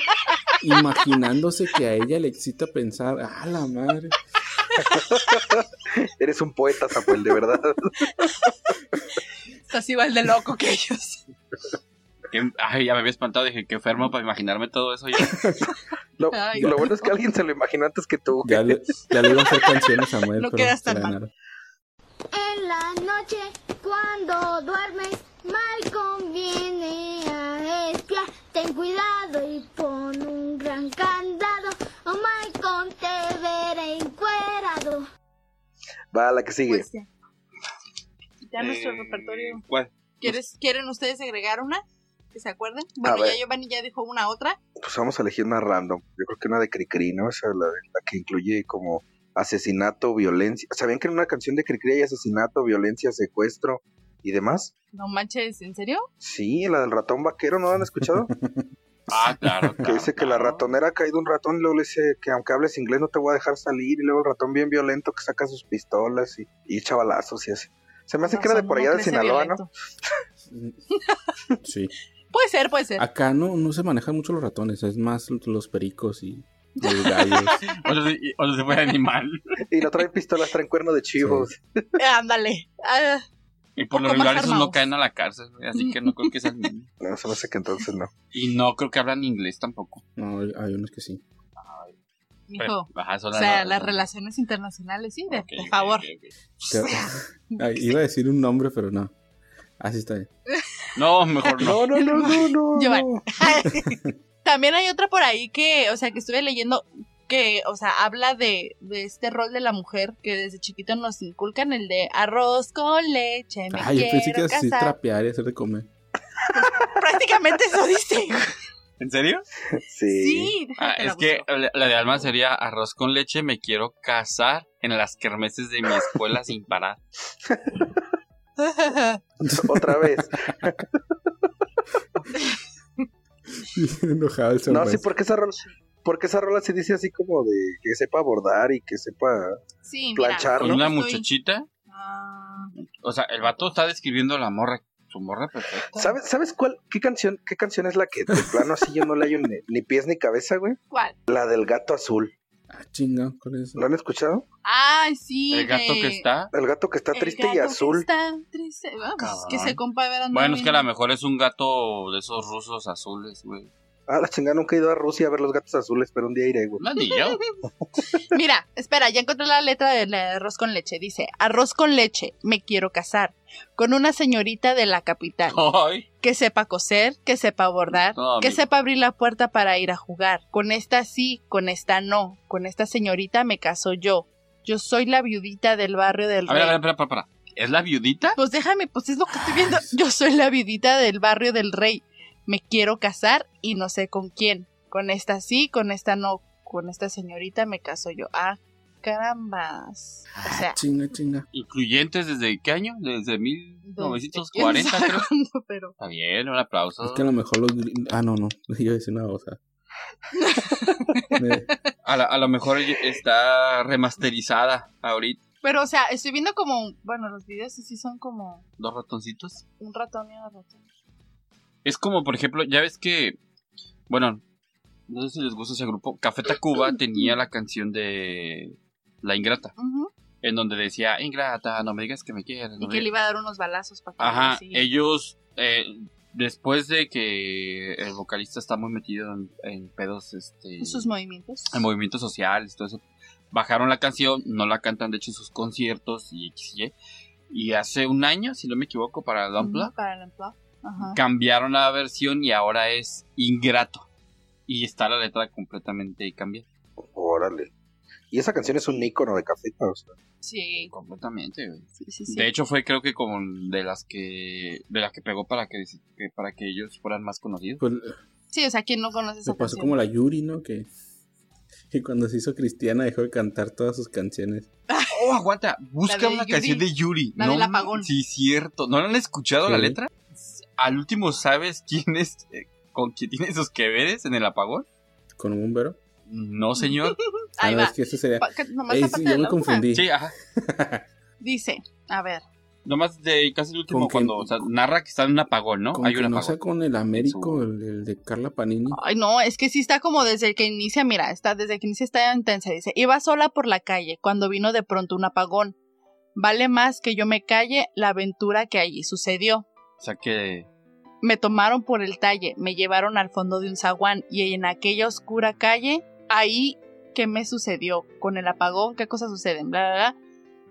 Speaker 4: imaginándose que a ella le excita pensar, ¡ah, la madre!
Speaker 3: Eres un poeta, Samuel, de verdad.
Speaker 2: Estás igual de loco que ellos.
Speaker 1: Que- ay, ya me había espantado, dije, qué enfermo para imaginarme todo eso. yo.
Speaker 3: Lo,
Speaker 2: Ay,
Speaker 3: lo bueno es que alguien se lo imaginó antes que tú.
Speaker 4: Ya le, ya le iba a hacer canción a Samuel.
Speaker 2: No
Speaker 4: pero
Speaker 2: quedas tan
Speaker 4: se la
Speaker 2: mal.
Speaker 4: ganaron.
Speaker 7: En la noche, cuando duermes, mal conviene a espiar. Ten cuidado y pon un gran candado, o Malcolm te verá encuerado.
Speaker 3: Va, la que sigue.
Speaker 2: Pues ya. Ya nuestro
Speaker 1: Eh,
Speaker 2: repertorio.
Speaker 1: ¿cuál?
Speaker 2: ¿Quieres, ¿Quieren ustedes agregar una? ¿Que se acuerden?
Speaker 3: A
Speaker 2: Bueno,
Speaker 3: ver.
Speaker 2: ya Giovanni ya dijo una otra.
Speaker 3: Pues vamos a elegir una random. Yo creo que una de Cricri, ¿no? Esa es la, la que incluye como asesinato, violencia. ¿Sabían que en una canción de Cricri hay asesinato, violencia, secuestro y demás?
Speaker 2: No manches, ¿en serio?
Speaker 3: Sí, la del ratón vaquero, ¿no la han escuchado?
Speaker 1: Ah, claro.
Speaker 3: que
Speaker 1: claro,
Speaker 3: dice que la
Speaker 1: claro.
Speaker 3: ratonera ha caído un ratón y luego le dice que aunque hables inglés no te voy a dejar salir. Y luego el ratón bien violento que saca sus pistolas y, y echa balazos y así. Se me hace que era de por allá de Sinaloa, ¿no?
Speaker 4: Sí.
Speaker 2: Puede ser, puede ser.
Speaker 4: Acá no, no se manejan mucho los ratones, es más los pericos y los gallos.
Speaker 1: Otro se- otro se fue de animal.
Speaker 3: Y no traen pistolas, traen cuerno de chivos.
Speaker 2: Eh, Ándale. Ah,
Speaker 1: Y por lo
Speaker 2: Poco más
Speaker 1: regular esos no
Speaker 2: armados.
Speaker 1: caen a la cárcel, güey, así que no creo que sean niños.
Speaker 3: No, se me hace que entonces no.
Speaker 1: Y no creo que hablan inglés tampoco.
Speaker 4: No, hay- hay unos que sí.
Speaker 2: mijo.
Speaker 1: Ajá, son
Speaker 2: O sea,
Speaker 1: las-
Speaker 2: las relaciones internacionales, sí, de,
Speaker 1: Ok,
Speaker 2: por
Speaker 1: ok,
Speaker 2: favor.
Speaker 1: ok, ok.
Speaker 4: Te- Ay, iba a decir un nombre, pero no. Así está bien.
Speaker 1: No, mejor no.
Speaker 3: No, no, no, no, no.
Speaker 2: Giovanni.
Speaker 3: no.
Speaker 2: También hay otra por ahí que, o sea, que estuve leyendo que, o sea, habla de, de este rol de la mujer que desde chiquito nos inculcan el de arroz con leche, me
Speaker 4: Ay, Ah, yo pensé que
Speaker 2: quiero
Speaker 4: ibas a decir
Speaker 2: casar.
Speaker 4: trapear y hacer de comer.
Speaker 2: Prácticamente eso dice.
Speaker 1: ¿En serio?
Speaker 3: Sí.
Speaker 2: Sí,
Speaker 1: Ah,
Speaker 2: déjate la
Speaker 1: es que
Speaker 2: busco.
Speaker 1: la, la de Alma sería arroz con leche, me quiero casar en las kermeses de mi escuela sin parar.
Speaker 3: Otra vez.
Speaker 4: Enojado el
Speaker 3: No,
Speaker 4: Samuel.
Speaker 3: sí, porque esa rola, porque esa rola se dice así como de que sepa bordar y que sepa
Speaker 2: Sí, mira.
Speaker 3: planchar,
Speaker 1: Con
Speaker 3: ¿no?
Speaker 1: una
Speaker 2: Estoy-
Speaker 1: muchachita.
Speaker 2: Ah,
Speaker 1: O sea, el vato está describiendo a la morra, su morra perfecta.
Speaker 3: ¿Sabes, ¿Sabes cuál? ¿Qué canción, qué canción es la que de plano así yo no le hallo ni, ni pies ni cabeza, güey?
Speaker 2: ¿Cuál?
Speaker 3: La del gato azul.
Speaker 4: Ah, chinga, con eso.
Speaker 3: ¿Lo han escuchado?
Speaker 2: Ay, sí.
Speaker 1: El gato
Speaker 2: de-
Speaker 1: que está.
Speaker 3: El gato que está
Speaker 2: el
Speaker 3: triste
Speaker 2: gato
Speaker 3: y
Speaker 2: que
Speaker 3: azul.
Speaker 2: está triste. Ah, pues,
Speaker 1: Cabrón.
Speaker 2: que se comparan.
Speaker 1: Bueno, es que a lo mejor es un gato de esos rusos azules, güey.
Speaker 3: Ah, la chingada, nunca he ido a Rusia a ver los gatos azules, pero un día iré, güey.
Speaker 1: No, ni yo.
Speaker 2: Mira, espera, ya encontré la letra del arroz con leche. Dice, arroz con leche, me quiero casar con una señorita de la capital
Speaker 1: Ay,
Speaker 2: que sepa coser, que sepa bordar,
Speaker 1: No,
Speaker 2: que
Speaker 1: amigo.
Speaker 2: sepa abrir la puerta para ir a jugar. Con esta sí, con esta no, con esta señorita me caso yo. Yo soy la viudita del barrio del
Speaker 1: A ver, a
Speaker 2: rey.
Speaker 1: ver, espera, espera, espera. ¿Es la viudita?
Speaker 2: Pues déjame, pues es lo que estoy viendo. Yo soy la vidita del barrio del rey. Me quiero casar y no sé con quién. Con esta sí, con esta no. Con esta señorita me caso yo. Ah, carambas. O
Speaker 1: Ah,
Speaker 2: sea,
Speaker 4: Chinga, chinga.
Speaker 1: Incluyentes desde qué año? Desde
Speaker 2: ¿quién
Speaker 1: 1940,
Speaker 2: sabe
Speaker 1: creo.
Speaker 2: cuándo, pero
Speaker 1: Está bien, un aplauso.
Speaker 4: Es que a lo mejor los. gri- Ah, no, no. Yo decía una cosa.
Speaker 1: A, la- a lo mejor ella está remasterizada ahorita.
Speaker 2: Pero, o sea, estoy viendo como, bueno, los videos sí son como
Speaker 1: Dos ratoncitos.
Speaker 2: un ratón y una ratón.
Speaker 1: Es como, por ejemplo, ya ves que. Bueno, no sé si les gusta ese grupo. Café Tacuba tenía la canción de La Ingrata.
Speaker 2: Ujú.
Speaker 1: En donde decía, Ingrata, no me digas que me quieres. no
Speaker 2: Y
Speaker 1: me
Speaker 2: que
Speaker 1: digas".
Speaker 2: le iba a dar unos balazos para que
Speaker 1: Ajá,
Speaker 2: así-
Speaker 1: ellos, eh, después de que el vocalista está muy metido en, en pedos, este,
Speaker 2: sus movimientos.
Speaker 1: en movimientos sociales, todo eso, bajaron la canción, no la cantan de hecho en sus conciertos y XY. Y hace un año, si no me equivoco, para
Speaker 2: Ujú,
Speaker 1: Dumpla,
Speaker 2: Para el unplug. Ajá.
Speaker 1: cambiaron la versión y ahora es Ingrato. Y está la letra completamente cambiada.
Speaker 3: Órale. Y esa canción es un ícono de café, o sea,
Speaker 2: Sí,
Speaker 1: Completamente, güey.
Speaker 2: sí, sí, sí.
Speaker 1: De hecho fue creo que como de las que de las que pegó para que, que- para que ellos fueran más conocidos.
Speaker 4: Pues
Speaker 2: Sí, o sea, quien no conoce
Speaker 4: le
Speaker 2: esa
Speaker 4: pasó
Speaker 2: canción?
Speaker 4: como la Yuri, ¿no? Que, que cuando se hizo cristiana dejó de cantar todas sus canciones.
Speaker 1: Oh, aguanta, busca
Speaker 2: La de
Speaker 1: una
Speaker 2: Yuri.
Speaker 1: canción de Yuri.
Speaker 2: La
Speaker 1: no,
Speaker 2: del apagón.
Speaker 1: Sí, cierto. ¿No la han escuchado la
Speaker 4: Sí.
Speaker 1: letra? Al último, ¿sabes quién es? eh, ¿Con quién tiene sus que veres en el apagón?
Speaker 4: ¿Con un bombero?
Speaker 1: No, señor.
Speaker 4: Ah,
Speaker 2: Ahí
Speaker 4: no,
Speaker 2: va.
Speaker 4: es que eso sería...
Speaker 2: Pa- que- nomás
Speaker 4: Ey,
Speaker 2: la
Speaker 4: Eh, sí,
Speaker 2: parte
Speaker 4: yo
Speaker 2: de
Speaker 4: me
Speaker 2: la
Speaker 4: confundí.
Speaker 1: Sí, ajá.
Speaker 2: hoja. Dice, a ver,
Speaker 1: Nomás de casi el último,
Speaker 4: Con que-
Speaker 1: cuando o sea, narra que está en un apagón, ¿no?
Speaker 4: Con
Speaker 1: Hay
Speaker 4: que
Speaker 1: un
Speaker 4: no
Speaker 1: apagón.
Speaker 4: sea con el Américo,
Speaker 1: Su-
Speaker 4: el, el de Carla Panini.
Speaker 2: ay no, es que sí está como desde que inicia, mira, está desde que inicia está intensa, dice, iba sola por la calle cuando vino de pronto un apagón. Vale más que yo me calle la aventura que allí sucedió.
Speaker 1: O sea que.
Speaker 2: Me tomaron por el talle, me llevaron al fondo de un zaguán y en aquella oscura calle, ahí, ¿qué me sucedió? Con el apagón, ¿qué cosas suceden? Bla, bla, bla.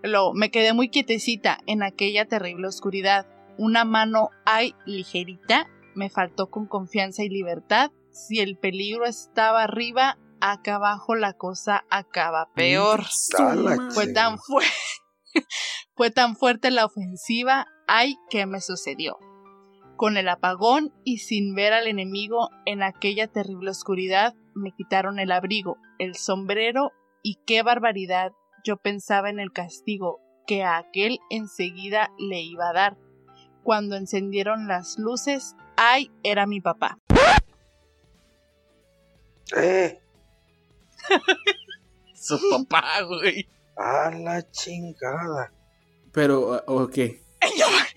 Speaker 2: Luego, me quedé muy quietecita en aquella terrible oscuridad. Una mano, ay, ligerita, me faltó con confianza y libertad. Si el peligro estaba arriba, acá abajo la cosa acaba peor.
Speaker 3: Dalax,
Speaker 2: Fue tan, fue, fue tan fuerte la ofensiva, ay, que me sucedió. Con el apagón y sin ver al enemigo en aquella terrible oscuridad, me quitaron el abrigo, el sombrero y qué barbaridad. Yo pensaba en el castigo que a aquel enseguida le iba a dar. Cuando encendieron las luces, ay, era mi papá.
Speaker 3: ¡Eh!
Speaker 1: Su papá, güey.
Speaker 3: ¡A la chingada!
Speaker 4: Pero, ok.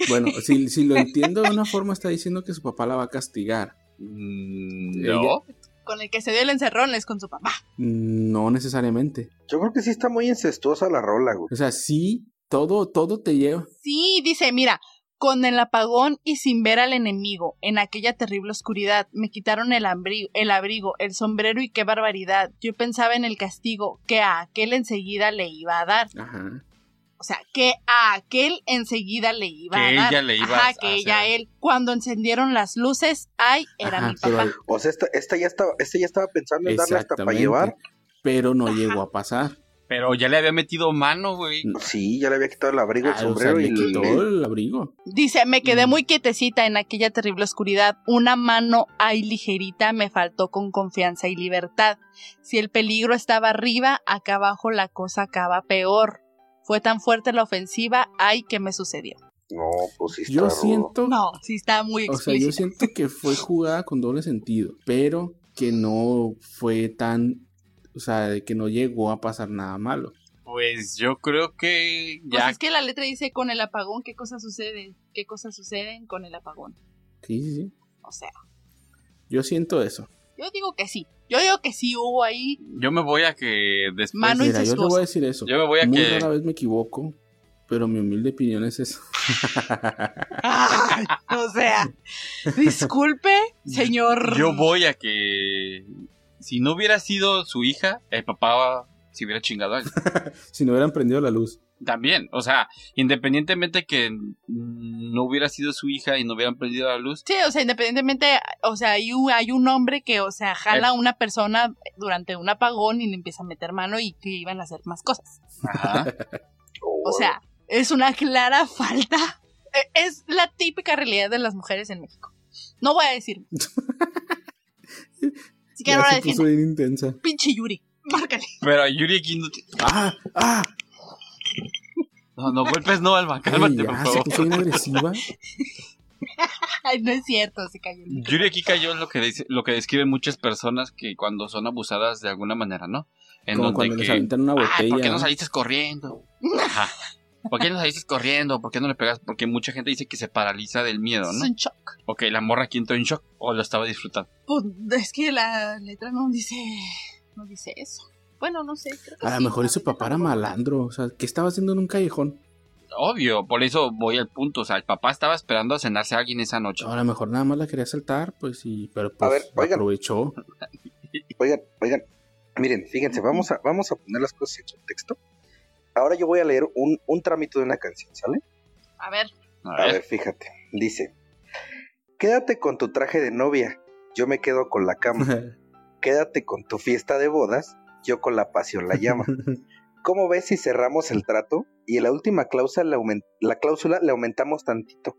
Speaker 4: Bueno, si, si lo entiendo de una forma, está diciendo que su papá la va a castigar.
Speaker 1: Mm,
Speaker 4: Ella-
Speaker 1: No.
Speaker 2: Con el que se dio el encerrón es con su papá.
Speaker 4: No necesariamente.
Speaker 3: Yo creo que sí está muy incestuosa la rola, güey.
Speaker 4: O sea, sí, todo, todo te lleva.
Speaker 2: Sí, dice, mira, con el apagón y sin ver al enemigo, en aquella terrible oscuridad, me quitaron el, ambri- el abrigo, el sombrero y qué barbaridad. Yo pensaba en el castigo que a aquel enseguida le iba a dar.
Speaker 4: Ajá.
Speaker 2: O sea, que a aquel enseguida le iba
Speaker 1: Que
Speaker 2: a dar.
Speaker 1: ella le iba
Speaker 2: Ajá,
Speaker 1: a-
Speaker 2: que
Speaker 1: a
Speaker 2: ella
Speaker 1: hacer.
Speaker 2: él. Cuando encendieron las luces, ay, era
Speaker 4: ajá,
Speaker 2: mi papá.
Speaker 4: Pero,
Speaker 3: O sea, esta, esta, ya, estaba, esta ya estaba pensando en darle hasta para
Speaker 4: Exactamente.
Speaker 3: llevar.
Speaker 4: pero no llegó a pasar.
Speaker 1: Pero ya le había metido mano, güey.
Speaker 4: Mm.
Speaker 3: Sí, ya le había quitado el abrigo, el
Speaker 4: Ah, o sea,
Speaker 3: sombrero y
Speaker 4: le
Speaker 3: el-
Speaker 4: quitó
Speaker 3: el-
Speaker 4: el abrigo.
Speaker 2: Dice, me quedé
Speaker 1: Mm.
Speaker 2: muy quietecita en aquella terrible oscuridad. Una mano ay ligerita me faltó con confianza y libertad. Si el peligro estaba arriba, acá abajo la cosa acaba peor. Fue tan fuerte la ofensiva, ay, que me sucedió.
Speaker 3: No, pues sí está
Speaker 4: Yo
Speaker 3: rudo.
Speaker 4: siento,
Speaker 2: No, sí está muy
Speaker 4: o sea, yo
Speaker 2: explícito.
Speaker 4: siento que fue jugada con doble sentido, pero que no fue tan, o sea, de que no llegó a pasar nada malo.
Speaker 1: Pues yo creo que
Speaker 2: Pues
Speaker 1: ya
Speaker 2: es que la letra dice con el apagón, ¿qué cosas suceden? ¿Qué cosas suceden con el apagón?
Speaker 4: Sí, sí, sí.
Speaker 2: O sea,
Speaker 4: Yo siento eso.
Speaker 2: yo digo que sí. Yo digo que sí hubo ahí.
Speaker 1: Yo me voy a que después.
Speaker 2: Mano
Speaker 4: Mira, yo te
Speaker 2: incestuosa.
Speaker 4: voy a decir eso.
Speaker 1: Yo me voy a
Speaker 4: Muy
Speaker 1: que.
Speaker 4: rara vez me equivoco, pero mi humilde opinión es eso.
Speaker 2: Ay, o sea, disculpe, señor.
Speaker 1: Yo voy a que. Si no hubiera sido su hija, el papá se hubiera chingado a alguien.
Speaker 4: si no hubieran prendido la luz.
Speaker 1: También. O sea, independientemente que mm, no hubiera sido su hija y no hubieran prendido la luz.
Speaker 2: Sí, o sea, independientemente, o sea, hay un, hay un hombre que, o sea, jala a una persona durante un apagón y le empieza a meter mano y que iban a hacer más cosas.
Speaker 1: Ajá.
Speaker 2: O sea, es una clara falta. E- Es la típica realidad de las mujeres en México. No voy a decir. Así que
Speaker 4: Ya
Speaker 2: no la
Speaker 4: se puso
Speaker 2: defiendo.
Speaker 4: bien intensa.
Speaker 2: Pinche Yuri. Márcale.
Speaker 1: Pero a Yuri aquí no. te-
Speaker 4: ¡Ah! ¡Ah!
Speaker 1: No, no golpes, no, Alma.
Speaker 4: Ay,
Speaker 1: Cálmate, por
Speaker 4: ya, se
Speaker 1: favor.
Speaker 4: puso bien agresiva.
Speaker 2: Ay, no es cierto, se cayó. el micro.
Speaker 1: Yuri aquí cayó en lo que, dice, lo que describen muchas personas que cuando son abusadas de alguna manera, ¿no? En
Speaker 4: Como
Speaker 1: donde
Speaker 4: cuando
Speaker 1: que.
Speaker 4: les aventan una
Speaker 1: "Ay,
Speaker 4: botella.
Speaker 1: ¿Por qué no
Speaker 4: ¿no?
Speaker 1: saliste corriendo? Ajá. ¿Por qué no saliste corriendo? ¿Por qué no le pegas? Porque mucha gente dice que se paraliza del miedo,
Speaker 2: Es
Speaker 1: ¿no?
Speaker 2: un shock.
Speaker 1: Ok, la morra aquí entró en shock o lo estaba disfrutando.
Speaker 2: Pues, es que la letra no dice, no dice eso. Bueno, no sé. creo que
Speaker 4: A lo
Speaker 2: sí,
Speaker 4: mejor
Speaker 2: la
Speaker 4: y su
Speaker 2: letra
Speaker 4: papá era
Speaker 2: tampoco.
Speaker 4: malandro. O sea, ¿qué estaba haciendo en un callejón?
Speaker 1: Obvio, por eso voy al punto. O sea, el papá estaba esperando a cenarse a alguien esa
Speaker 3: Ah,
Speaker 1: noche.
Speaker 4: A lo mejor nada más la quería saltar, pues sí, pero pues
Speaker 3: ver, oigan.
Speaker 4: aprovechó.
Speaker 3: Oigan, oigan, miren, fíjense, vamos a, vamos a poner las cosas en contexto. Ahora yo voy a leer un, un trámite de una canción, ¿sale?
Speaker 2: A ver,
Speaker 1: A
Speaker 3: A
Speaker 1: ver.
Speaker 3: ver, fíjate. Dice, quédate con tu traje de novia, yo me quedo con la cama. Quédate con tu fiesta de bodas, yo con la pasión la llama. ¿Cómo ves si cerramos el trato? Y en la última cláusula le, aumen- la cláusula le aumentamos tantito.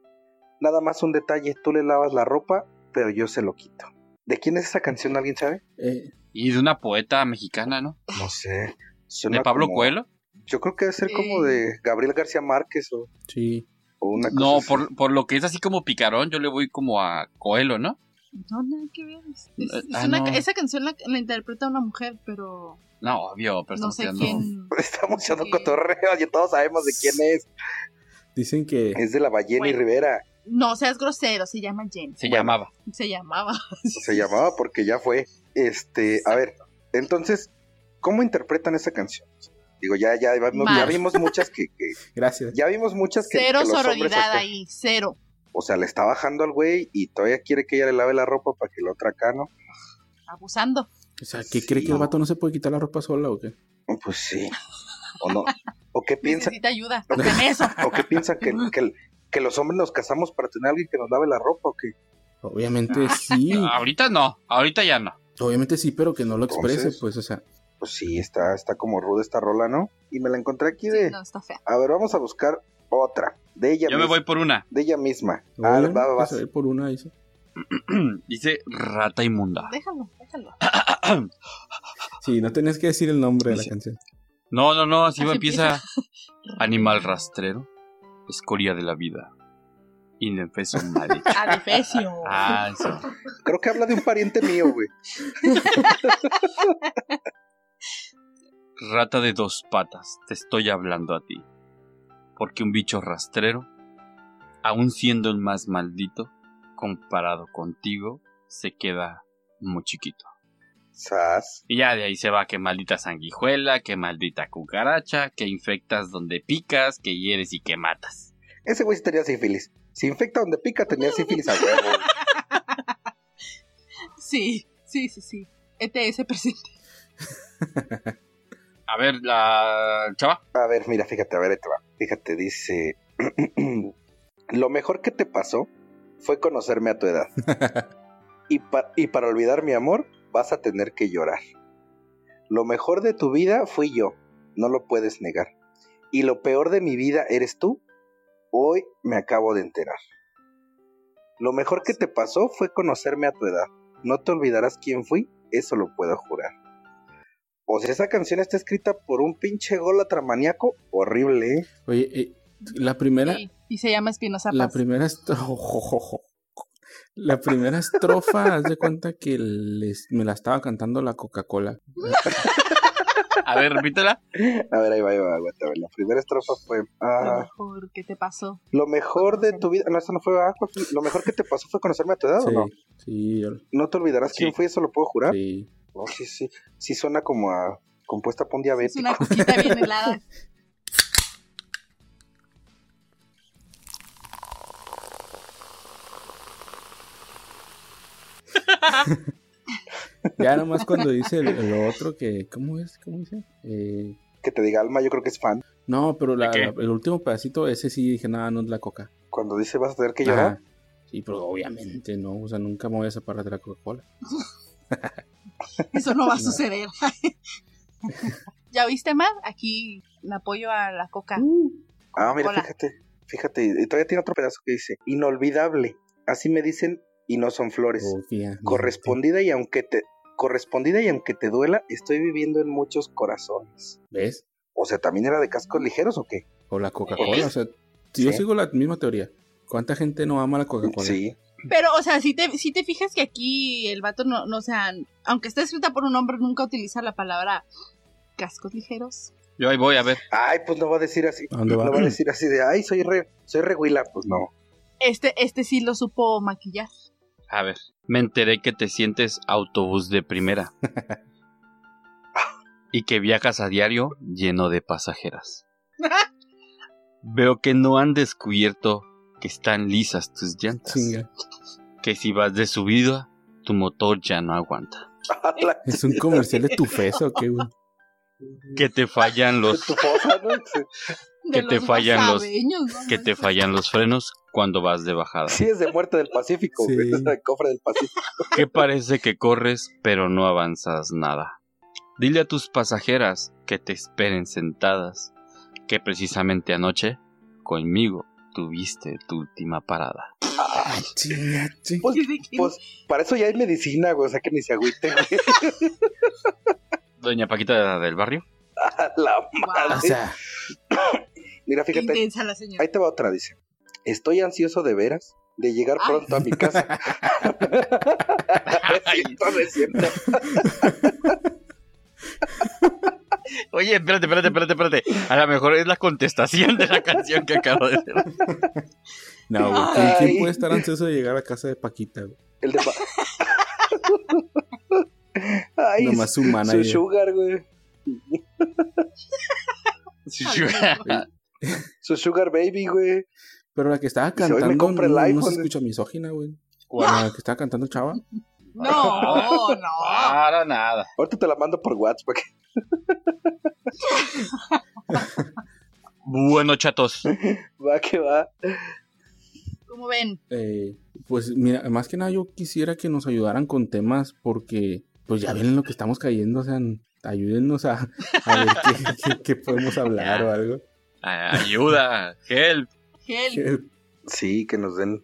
Speaker 3: Nada más un detalle, tú le lavas la ropa, pero yo se lo quito. ¿De quién es esa canción? ¿Alguien sabe?
Speaker 4: Eh,
Speaker 1: Y de una poeta mexicana, ¿no?
Speaker 3: No sé.
Speaker 1: De
Speaker 3: Suena
Speaker 1: Pablo
Speaker 3: como-
Speaker 1: Coelho.
Speaker 3: Yo creo que debe ser como
Speaker 2: Eh.
Speaker 3: de Gabriel García Márquez o,
Speaker 4: sí.
Speaker 3: o una cosa.
Speaker 1: No,
Speaker 3: así.
Speaker 1: por, por lo que es así como picarón, yo le voy como a Coelho, ¿no?
Speaker 2: no, nada que ver. Es- es-
Speaker 1: Eh,
Speaker 2: es
Speaker 1: ah,
Speaker 2: una-
Speaker 1: no.
Speaker 2: Esa canción la, la interpreta una mujer, pero
Speaker 1: No, obvio, pero
Speaker 2: no
Speaker 1: estamos
Speaker 2: sé
Speaker 1: tirando-
Speaker 2: quién.
Speaker 3: Estamos echando
Speaker 2: Sí.
Speaker 3: cotorreo y todos sabemos de quién es.
Speaker 4: Dicen que
Speaker 3: Es de la ballena y
Speaker 2: Bueno.
Speaker 3: Rivera.
Speaker 2: No seas grosero, se llama Jen.
Speaker 1: Se
Speaker 3: Bueno.
Speaker 1: llamaba.
Speaker 2: Se llamaba.
Speaker 3: Se llamaba porque ya fue. Este, a ver, entonces, ¿cómo interpretan esa canción? Digo, ya, ya, ya
Speaker 2: Mal.
Speaker 3: vimos muchas que, que-
Speaker 4: gracias.
Speaker 3: ya vimos muchas que,
Speaker 2: Cero
Speaker 3: que los hombres
Speaker 2: sororidad
Speaker 3: acá-
Speaker 2: ahí, cero.
Speaker 3: O sea, le está bajando al güey y todavía quiere que ella le lave la ropa para que la otra acá, ¿no?
Speaker 2: Abusando.
Speaker 4: O sea, ¿qué
Speaker 3: Sí.
Speaker 4: cree que el vato no se puede quitar la ropa sola o qué?
Speaker 3: Pues sí. O no. ¿O qué piensa?
Speaker 2: Necesita ayuda. Con eso.
Speaker 3: ¿O qué piensa que, que, que los hombres nos casamos para tener a alguien que nos lave la ropa o qué?
Speaker 4: Obviamente sí.
Speaker 1: Ahorita no, ahorita ya no.
Speaker 4: Obviamente sí, pero que no lo exprese,
Speaker 3: Entonces-
Speaker 4: pues, o sea,
Speaker 3: Pues sí, está, está como ruda esta rola, ¿no? Y me la encontré aquí de.
Speaker 2: No, está fea.
Speaker 3: A ver, vamos a buscar otra. De ella
Speaker 1: Yo me
Speaker 3: misma.
Speaker 1: voy por una.
Speaker 3: De ella misma. Ah,
Speaker 4: obviamente,
Speaker 3: va, va, va.
Speaker 4: pues, a ver, por una dice.
Speaker 1: Dice rata inmunda.
Speaker 2: Déjalo, déjalo.
Speaker 4: Sí, no tenías que decir el nombre de la
Speaker 1: Sí.
Speaker 4: canción.
Speaker 1: No, no, no, así
Speaker 2: Así
Speaker 1: empieza. Animal rastrero, escoria de la vida, indefenso mal.
Speaker 2: Adifesio.
Speaker 1: Ah, eso.
Speaker 3: Creo que habla de un pariente mío, güey.
Speaker 1: Rata de dos patas, te estoy hablando a ti. Porque un bicho rastrero, aun siendo el más maldito, comparado contigo, se queda muy chiquito.
Speaker 3: Sas.
Speaker 1: Y ya de ahí se va que maldita sanguijuela, que maldita cucaracha, que infectas donde picas, que hieres y que matas.
Speaker 3: Ese güey sí tenía sífilis. Se infecta donde pica, tenía sífilis a huevo.
Speaker 2: Sí, sí, sí, sí. ETS presente.
Speaker 1: A ver, la chava.
Speaker 3: A ver, mira, fíjate, a ver, ahí te va. Fíjate, dice. Lo mejor que te pasó fue conocerme a tu edad. y, pa- y para olvidar mi amor, vas a tener que llorar. Lo mejor de tu vida fui yo, no lo puedes negar. Y lo peor de mi vida eres tú. Hoy me acabo de enterar. Lo mejor que te pasó fue conocerme a tu edad. No te olvidarás quién fui, eso lo puedo jurar. O sea, esa canción está escrita por un pinche golatra maníaco horrible, ¿eh?
Speaker 4: Oye, eh, la primera,
Speaker 2: Sí, Y se llama Espinosa
Speaker 4: la
Speaker 2: Paz.
Speaker 4: primera estrofa, la primera estrofa, haz de cuenta que les- me la estaba cantando la Coca-Cola.
Speaker 1: A ver, repítela.
Speaker 3: A ver, ahí va, ahí va, aguanta, a ver, La primera estrofa fue.
Speaker 2: Lo
Speaker 3: Ah,
Speaker 2: mejor que te pasó.
Speaker 3: lo mejor de tu vida. No, eso no fue. ah, ¿cuál fue? lo mejor que te pasó fue conocerme a tu edad, ¿o
Speaker 4: Sí,
Speaker 3: no?
Speaker 4: sí, yo-
Speaker 3: No te olvidarás
Speaker 1: Sí.
Speaker 3: quién fui, eso lo puedo jurar. Sí.
Speaker 4: sí.
Speaker 3: No, sí, sí. Sí suena como a compuesta por un
Speaker 2: Es
Speaker 3: diabético.
Speaker 2: una cosita bien helada.
Speaker 4: Ya nomás cuando dice el, el otro que, ¿cómo es? ¿Cómo dice? Eh,
Speaker 3: Que te diga alma, yo creo que es fan.
Speaker 4: no, pero la-
Speaker 1: ¿De qué?
Speaker 4: la- el último pedacito, ese sí dije, nada, no es la Coca.
Speaker 3: Cuando dice vas a tener que llorar.
Speaker 4: Ajá. Sí, pero obviamente no, o sea, nunca me voy a separar de la Coca-Cola.
Speaker 2: Eso no va a suceder. ¿Ya oíste, Mar? Aquí me apoyo a la coca.
Speaker 3: Ah, mira,
Speaker 2: Hola.
Speaker 3: fíjate. Fíjate. Y todavía tiene otro pedazo que dice: Inolvidable. Así me dicen y no son flores.
Speaker 4: Obviamente.
Speaker 3: Correspondida y aunque te. Correspondida y aunque te duela, estoy viviendo en muchos corazones.
Speaker 4: ¿Ves?
Speaker 3: O sea, ¿también era de cascos ligeros o qué?
Speaker 4: O la Coca-Cola, o sea, si yo
Speaker 3: Sí.
Speaker 4: sigo la misma teoría. ¿Cuánta gente no ama la Coca-Cola?
Speaker 3: Sí.
Speaker 2: Pero, o sea, si te, si te fijas que aquí el vato no, no, o sea, aunque está escrita por un hombre, nunca utiliza la palabra cascos ligeros,
Speaker 1: Yo ahí voy a ver.
Speaker 3: Ay, pues no va a decir así.
Speaker 4: ¿A dónde va?
Speaker 3: No va a decir así de, ay, soy re, soy re huila. Pues no.
Speaker 2: Este, este sí lo supo maquillar.
Speaker 1: A ver. Me enteré que te sientes autobús de primera. y que viajas a diario lleno de pasajeras. Veo que no han descubierto que están lisas tus llantas.
Speaker 4: Chinga.
Speaker 1: Que si vas de subida, tu motor ya no aguanta.
Speaker 3: A la-
Speaker 4: ¿Es un comercial de tu feso o qué, güey?
Speaker 1: Que te fallan los
Speaker 3: Tu fosa, ¿no? Sí.
Speaker 2: De
Speaker 1: Que te
Speaker 2: los
Speaker 1: fallan los-
Speaker 2: guasabeños, ¿no?
Speaker 1: que te fallan los frenos cuando vas de bajada.
Speaker 3: Sí, es de muerte del Pacífico, güey,
Speaker 4: Sí.
Speaker 3: es de cofre del Pacífico.
Speaker 1: que parece que corres pero no avanzas nada. Dile a tus pasajeras que te esperen sentadas, que precisamente anoche conmigo tuviste tu última parada.
Speaker 4: Ay, chinga, chinga.
Speaker 3: Pues, pues, para eso ya hay medicina, güey, o sea que ni se agüite, güey.
Speaker 1: Doña Paquita del barrio.
Speaker 3: A la madre.
Speaker 4: O sea,
Speaker 3: Mira,
Speaker 2: Qué
Speaker 3: fíjate,
Speaker 2: intensa la señora.
Speaker 3: ahí te va otra, dice. Estoy ansioso de veras de llegar
Speaker 2: Ay.
Speaker 3: pronto a mi casa.
Speaker 1: Ay,
Speaker 3: Esto no es cierto.
Speaker 1: oye, espérate, espérate, espérate, espérate. A lo mejor es la contestación de la canción que acabo de hacer.
Speaker 4: no, güey. ¿quién, quién
Speaker 3: Ay.
Speaker 4: puede estar ansioso de llegar a casa de Paquita, güey?
Speaker 3: El de... pa- Ay,
Speaker 4: Nomás su
Speaker 3: su
Speaker 4: manager.
Speaker 3: sugar, güey.
Speaker 1: Sí, sí.
Speaker 3: Su sugar baby, güey.
Speaker 4: Pero la que estaba
Speaker 3: Dice, "Hoy me
Speaker 4: cantando no,
Speaker 3: compré el
Speaker 4: no se
Speaker 3: iPhone". ¡Ah!
Speaker 4: escucha misógina, güey.
Speaker 1: ¿Cuál?
Speaker 4: La que estaba cantando Chava.
Speaker 2: No, no.
Speaker 1: Para nada.
Speaker 3: Ahorita te la mando por WhatsApp. para que-
Speaker 1: Bueno, chatos.
Speaker 3: Va que va.
Speaker 2: Como ven,
Speaker 4: Eh, pues mira, más que nada yo quisiera que nos ayudaran con temas porque pues ya ven en lo que estamos cayendo, o sea, n- ayúdennos a, a ver qué, qué- qué podemos hablar o algo.
Speaker 1: Ayuda, help.
Speaker 2: Gel.
Speaker 3: Sí, que nos den.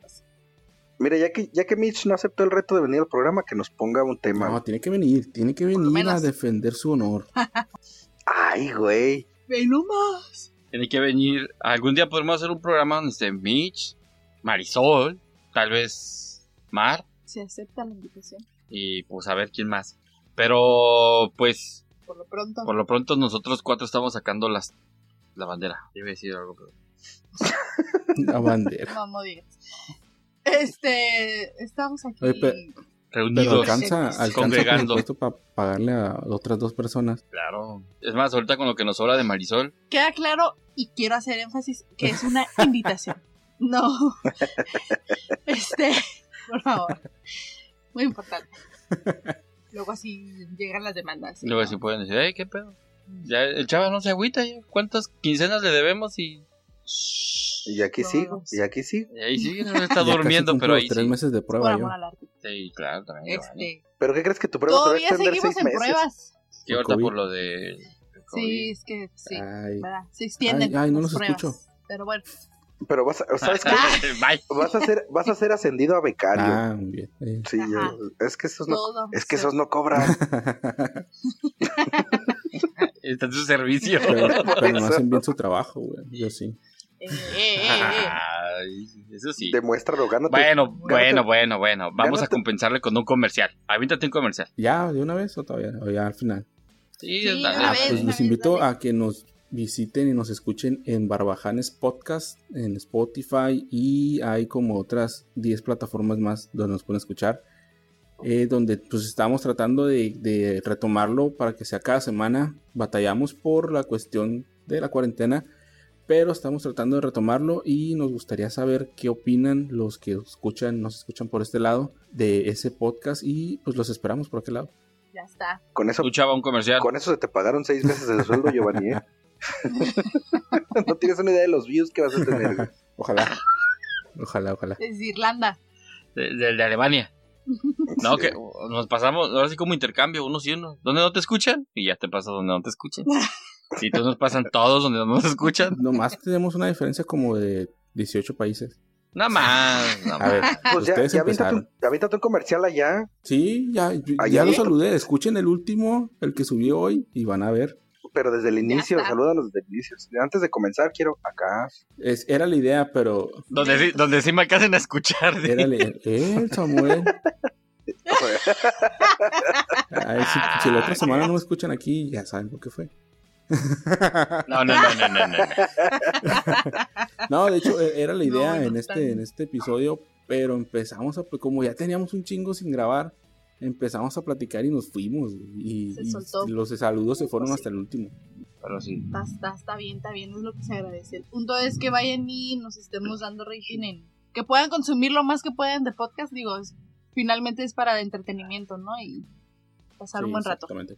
Speaker 3: Mira, ya que, ya que Mitch no aceptó el reto de venir al programa, que nos ponga un tema.
Speaker 4: No, tiene que venir, tiene que
Speaker 2: lo
Speaker 4: venir a
Speaker 2: menos.
Speaker 4: defender su honor.
Speaker 3: Ay, güey.
Speaker 2: Ve nomás.
Speaker 1: Tiene que venir. Algún día podemos hacer un programa donde esté Mitch, Marisol, tal vez Mar
Speaker 2: Se acepta la invitación.
Speaker 1: y pues a ver quién más. Pero pues
Speaker 2: Por lo pronto.
Speaker 1: por lo pronto nosotros cuatro estamos sacando las la bandera. Yo iba a decir algo, pero
Speaker 4: La bandera.
Speaker 2: No, no digas. Este, estamos aquí.
Speaker 4: Oye, pe-
Speaker 1: reunidos.
Speaker 4: Pero alcanza, alcanza
Speaker 1: Congregando.
Speaker 4: por supuesto para pagarle a otras dos personas.
Speaker 1: Claro. Es más, ahorita con lo que nos sobra de Marisol,
Speaker 2: Queda claro y quiero hacer énfasis que es una invitación. No. Este, por favor. Muy importante. Luego así llegan las demandas.
Speaker 1: luego
Speaker 2: ¿no?
Speaker 1: sí pueden decir, "Ey, qué pedo." Ya el chava no se agüita, ya. ¿cuántas quincenas le debemos y
Speaker 3: Y aquí
Speaker 2: No,
Speaker 3: sigo,
Speaker 2: no
Speaker 3: y aquí sigo.
Speaker 1: y ahí sigue, no está
Speaker 4: Ya casi
Speaker 1: durmiendo,
Speaker 4: cumplo
Speaker 1: pero
Speaker 4: los
Speaker 1: ahí
Speaker 4: tres
Speaker 1: sí.
Speaker 4: meses de
Speaker 2: Por
Speaker 4: prueba yo.
Speaker 2: amor al arte.
Speaker 1: Sí, claro, también. vale.
Speaker 2: Este,
Speaker 3: ¿Pero qué crees que tu prueba se va a
Speaker 2: todavía
Speaker 3: extender
Speaker 2: seguimos en
Speaker 3: seis meses?
Speaker 2: pruebas.
Speaker 1: Sí, ahorita
Speaker 4: COVID.
Speaker 1: por lo de.
Speaker 2: Sí,
Speaker 1: COVID.
Speaker 2: es que sí.
Speaker 4: Ay,
Speaker 2: ¿verdad? Se extienden.
Speaker 4: Ay, ay, no
Speaker 2: las
Speaker 4: los
Speaker 2: pruebas.
Speaker 4: escucho.
Speaker 2: Pero bueno,
Speaker 3: Pero vas a, ¿sabes qué?
Speaker 2: Ah.
Speaker 1: Bye.
Speaker 3: Vas a ser, vas a ser ascendido a becario.
Speaker 4: ah, muy bien. eh.
Speaker 3: Sí,
Speaker 2: Ajá.
Speaker 3: es que esos no,
Speaker 2: todo.
Speaker 3: es que
Speaker 2: se-
Speaker 3: esos no cobran.
Speaker 1: Está en su servicio.
Speaker 4: Pero,
Speaker 3: Por
Speaker 4: pero no
Speaker 3: eso.
Speaker 4: hacen bien su trabajo, güey. Yo sí.
Speaker 2: Eh, eh, eh, eh.
Speaker 1: Ay, eso sí.
Speaker 3: Demuéstralo, gánate.
Speaker 4: pues,
Speaker 1: Bueno, bueno,
Speaker 3: Gánate-
Speaker 1: bueno, bueno. Vamos a
Speaker 3: gánate-
Speaker 1: compensarle con un comercial. Aviéntate un comercial.
Speaker 4: ¿Ya de una vez o todavía? O ya al final.
Speaker 1: Sí,
Speaker 2: Sí,
Speaker 1: anda-
Speaker 2: una
Speaker 1: ah,
Speaker 2: vez.
Speaker 4: Pues
Speaker 1: pues,
Speaker 4: los invito a que nos visiten y nos escuchen en Barbajanes Podcast, en Spotify y hay como otras 10 plataformas más donde nos pueden escuchar. eh, donde pues estamos tratando de, de retomarlo para que sea cada semana. Batallamos por la cuestión de la cuarentena, pero estamos tratando de retomarlo y nos gustaría saber qué opinan los que escuchan, nos escuchan por este lado de ese podcast y pues los esperamos por aquel lado.
Speaker 2: eh, Ya está.
Speaker 3: Con eso,
Speaker 1: tú, chava, un comercial.
Speaker 3: con eso se te pagaron seis meses de sueldo, Giovanni. ¿eh? no tienes una idea de los views que vas a tener.
Speaker 2: Ah.
Speaker 3: güey.
Speaker 4: Ojalá. Ojalá, ojalá.
Speaker 2: Es Irlanda.
Speaker 1: De, de- de Alemania. No,
Speaker 3: Sí.
Speaker 1: que nos pasamos. Ahora sí, como intercambio, unos y unos. ¿Dónde no te escuchan? Y ya te pasa donde no te escuchan. Si tú nos pasan todos donde no nos escuchan.
Speaker 4: Nomás tenemos una diferencia como de 18 países.
Speaker 1: Nada más. nada
Speaker 4: A ver,
Speaker 1: más.
Speaker 3: Pues ya,
Speaker 4: ustedes
Speaker 3: ya aviéntate,
Speaker 4: empezaron.
Speaker 3: un, aviéntate un comercial allá.
Speaker 4: Sí, ya, yo-
Speaker 3: Allá
Speaker 4: ya lo
Speaker 3: bien.
Speaker 4: saludé. Escuchen el último, el que subí hoy, y van a ver.
Speaker 3: Pero desde el inicio,
Speaker 2: está.
Speaker 3: salúdanos desde el inicio. Antes de comenzar, quiero acá.
Speaker 4: Es, era la idea, pero
Speaker 1: Donde, sí- donde sí me alcancen a escuchar. sí.
Speaker 4: era la el Samuel. Ay, si, si la otra semana no me escuchan aquí, ya saben por qué fue.
Speaker 1: No, no, no, no, no, no, no.
Speaker 4: No, de hecho, e- era la idea
Speaker 2: No, no
Speaker 4: en,
Speaker 2: está
Speaker 4: este,
Speaker 2: bien.
Speaker 4: en este episodio, pero empezamos a, pl- como ya teníamos un chingo sin grabar, empezamos a platicar y nos fuimos. Y,
Speaker 2: Se
Speaker 4: y
Speaker 2: soltó.
Speaker 4: los saludos se fueron
Speaker 2: Sí.
Speaker 4: hasta el último.
Speaker 1: Pero sí.
Speaker 2: Está, está, está bien, está bien, es lo que se agradece. El punto es que vayan y nos estemos dando rating en... Que puedan consumir lo más que puedan de podcast, digo, es- finalmente es para entretenimiento, ¿no? Y pasar
Speaker 4: Sí,
Speaker 2: un buen rato.
Speaker 4: exactamente.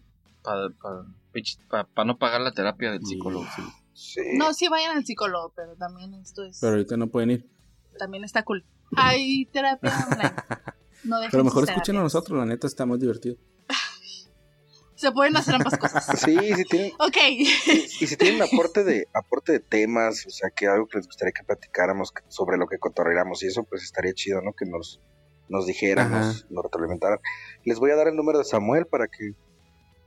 Speaker 1: Para no pagar la terapia del
Speaker 4: Y-
Speaker 1: psicólogo.
Speaker 4: sí.
Speaker 3: Sí.
Speaker 2: No, sí vayan al psicólogo, pero también esto es...
Speaker 4: Pero ahorita no pueden ir.
Speaker 2: También está cool. Hay terapia online. No dejen
Speaker 4: Pero mejor
Speaker 2: sus
Speaker 4: escúchenlo
Speaker 2: terapias.
Speaker 4: nosotros, la neta está más divertido.
Speaker 2: Se pueden hacer ambas cosas.
Speaker 3: Sí, sí tienen,
Speaker 2: Ok.
Speaker 3: y si tienen aporte de, aporte de temas, o sea, que algo que les gustaría que platicáramos que- sobre lo que cotorreáramos y eso, pues estaría chido, ¿no? Que nos, nos dijeran,
Speaker 4: Ajá.
Speaker 3: nos, nos retroalimentaran. Les voy a dar el número de Samuel para que,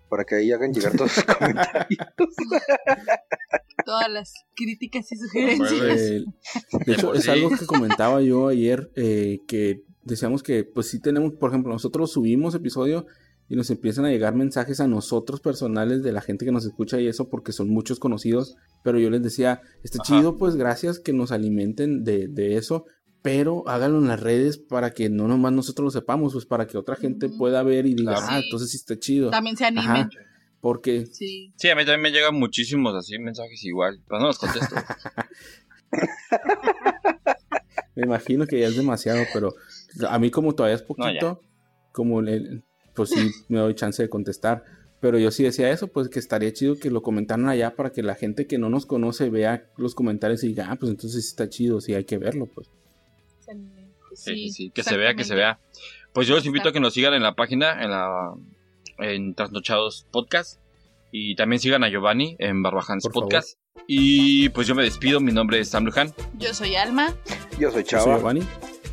Speaker 3: para que ahí hagan llegar todos sus comentarios.
Speaker 2: Todas las críticas y sugerencias.
Speaker 4: Eh, de hecho,
Speaker 1: por
Speaker 4: es
Speaker 1: sí.
Speaker 4: algo que comentaba yo ayer, eh, que decíamos que, pues sí tenemos, por ejemplo, nosotros subimos episodio y nos empiezan a llegar mensajes a nosotros personales de la gente que nos escucha y eso porque son muchos conocidos, pero yo les decía, está
Speaker 1: Ajá.
Speaker 4: chido, pues gracias que nos alimenten de, de eso, pero háganlo en las redes para que no nomás nosotros lo sepamos, pues para que otra gente
Speaker 2: Ujú.
Speaker 4: pueda ver y diga,
Speaker 1: Claro.
Speaker 4: ah,
Speaker 2: Sí.
Speaker 4: entonces sí está chido.
Speaker 2: También se animen.
Speaker 4: Ajá, porque
Speaker 2: Sí.
Speaker 1: Sí, a mí también me llegan muchísimos así mensajes igual. Pero no los contesto.
Speaker 4: Me imagino que ya es demasiado, pero a mí como todavía es
Speaker 1: No, ya.
Speaker 4: poquito, como le- pues sí me doy chance de contestar. Pero yo sí decía eso, pues que estaría chido que lo comentaran allá para que la gente que no nos conoce vea los comentarios y diga, ah, pues entonces sí está chido, sí hay que verlo, pues.
Speaker 2: se animen. Pues
Speaker 1: Sí, sí, sí. Que se vea,
Speaker 2: exactamente.
Speaker 1: que se vea. Pues yo los invito a que nos sigan en la página, en la en Trasnochados Podcast. Y también sigan a Giovanni en Barbajans
Speaker 4: Por favor.
Speaker 1: Podcast. Y pues yo me despido, mi nombre es Sam Luján.
Speaker 2: Yo soy Alma.
Speaker 3: Yo soy
Speaker 4: Yo soy
Speaker 3: Chava.
Speaker 4: Giovanni.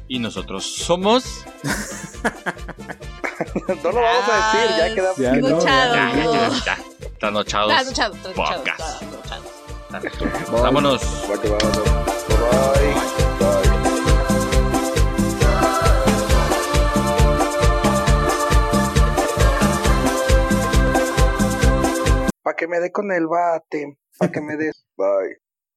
Speaker 1: Y nosotros somos.
Speaker 3: no lo vamos a decir, ya queda.
Speaker 4: Ya
Speaker 3: que
Speaker 4: no,
Speaker 2: Escuchado.
Speaker 1: Ya, ya, ya,
Speaker 2: Trasnochados.
Speaker 1: ya. Trasnochados.
Speaker 2: Trasnochados,
Speaker 1: Podcast.
Speaker 2: trasnochados.
Speaker 1: Vámonos.
Speaker 3: va, que va, va. Bye. Bye. Pa' que me dé con el bate, pa' que me dé. Bye.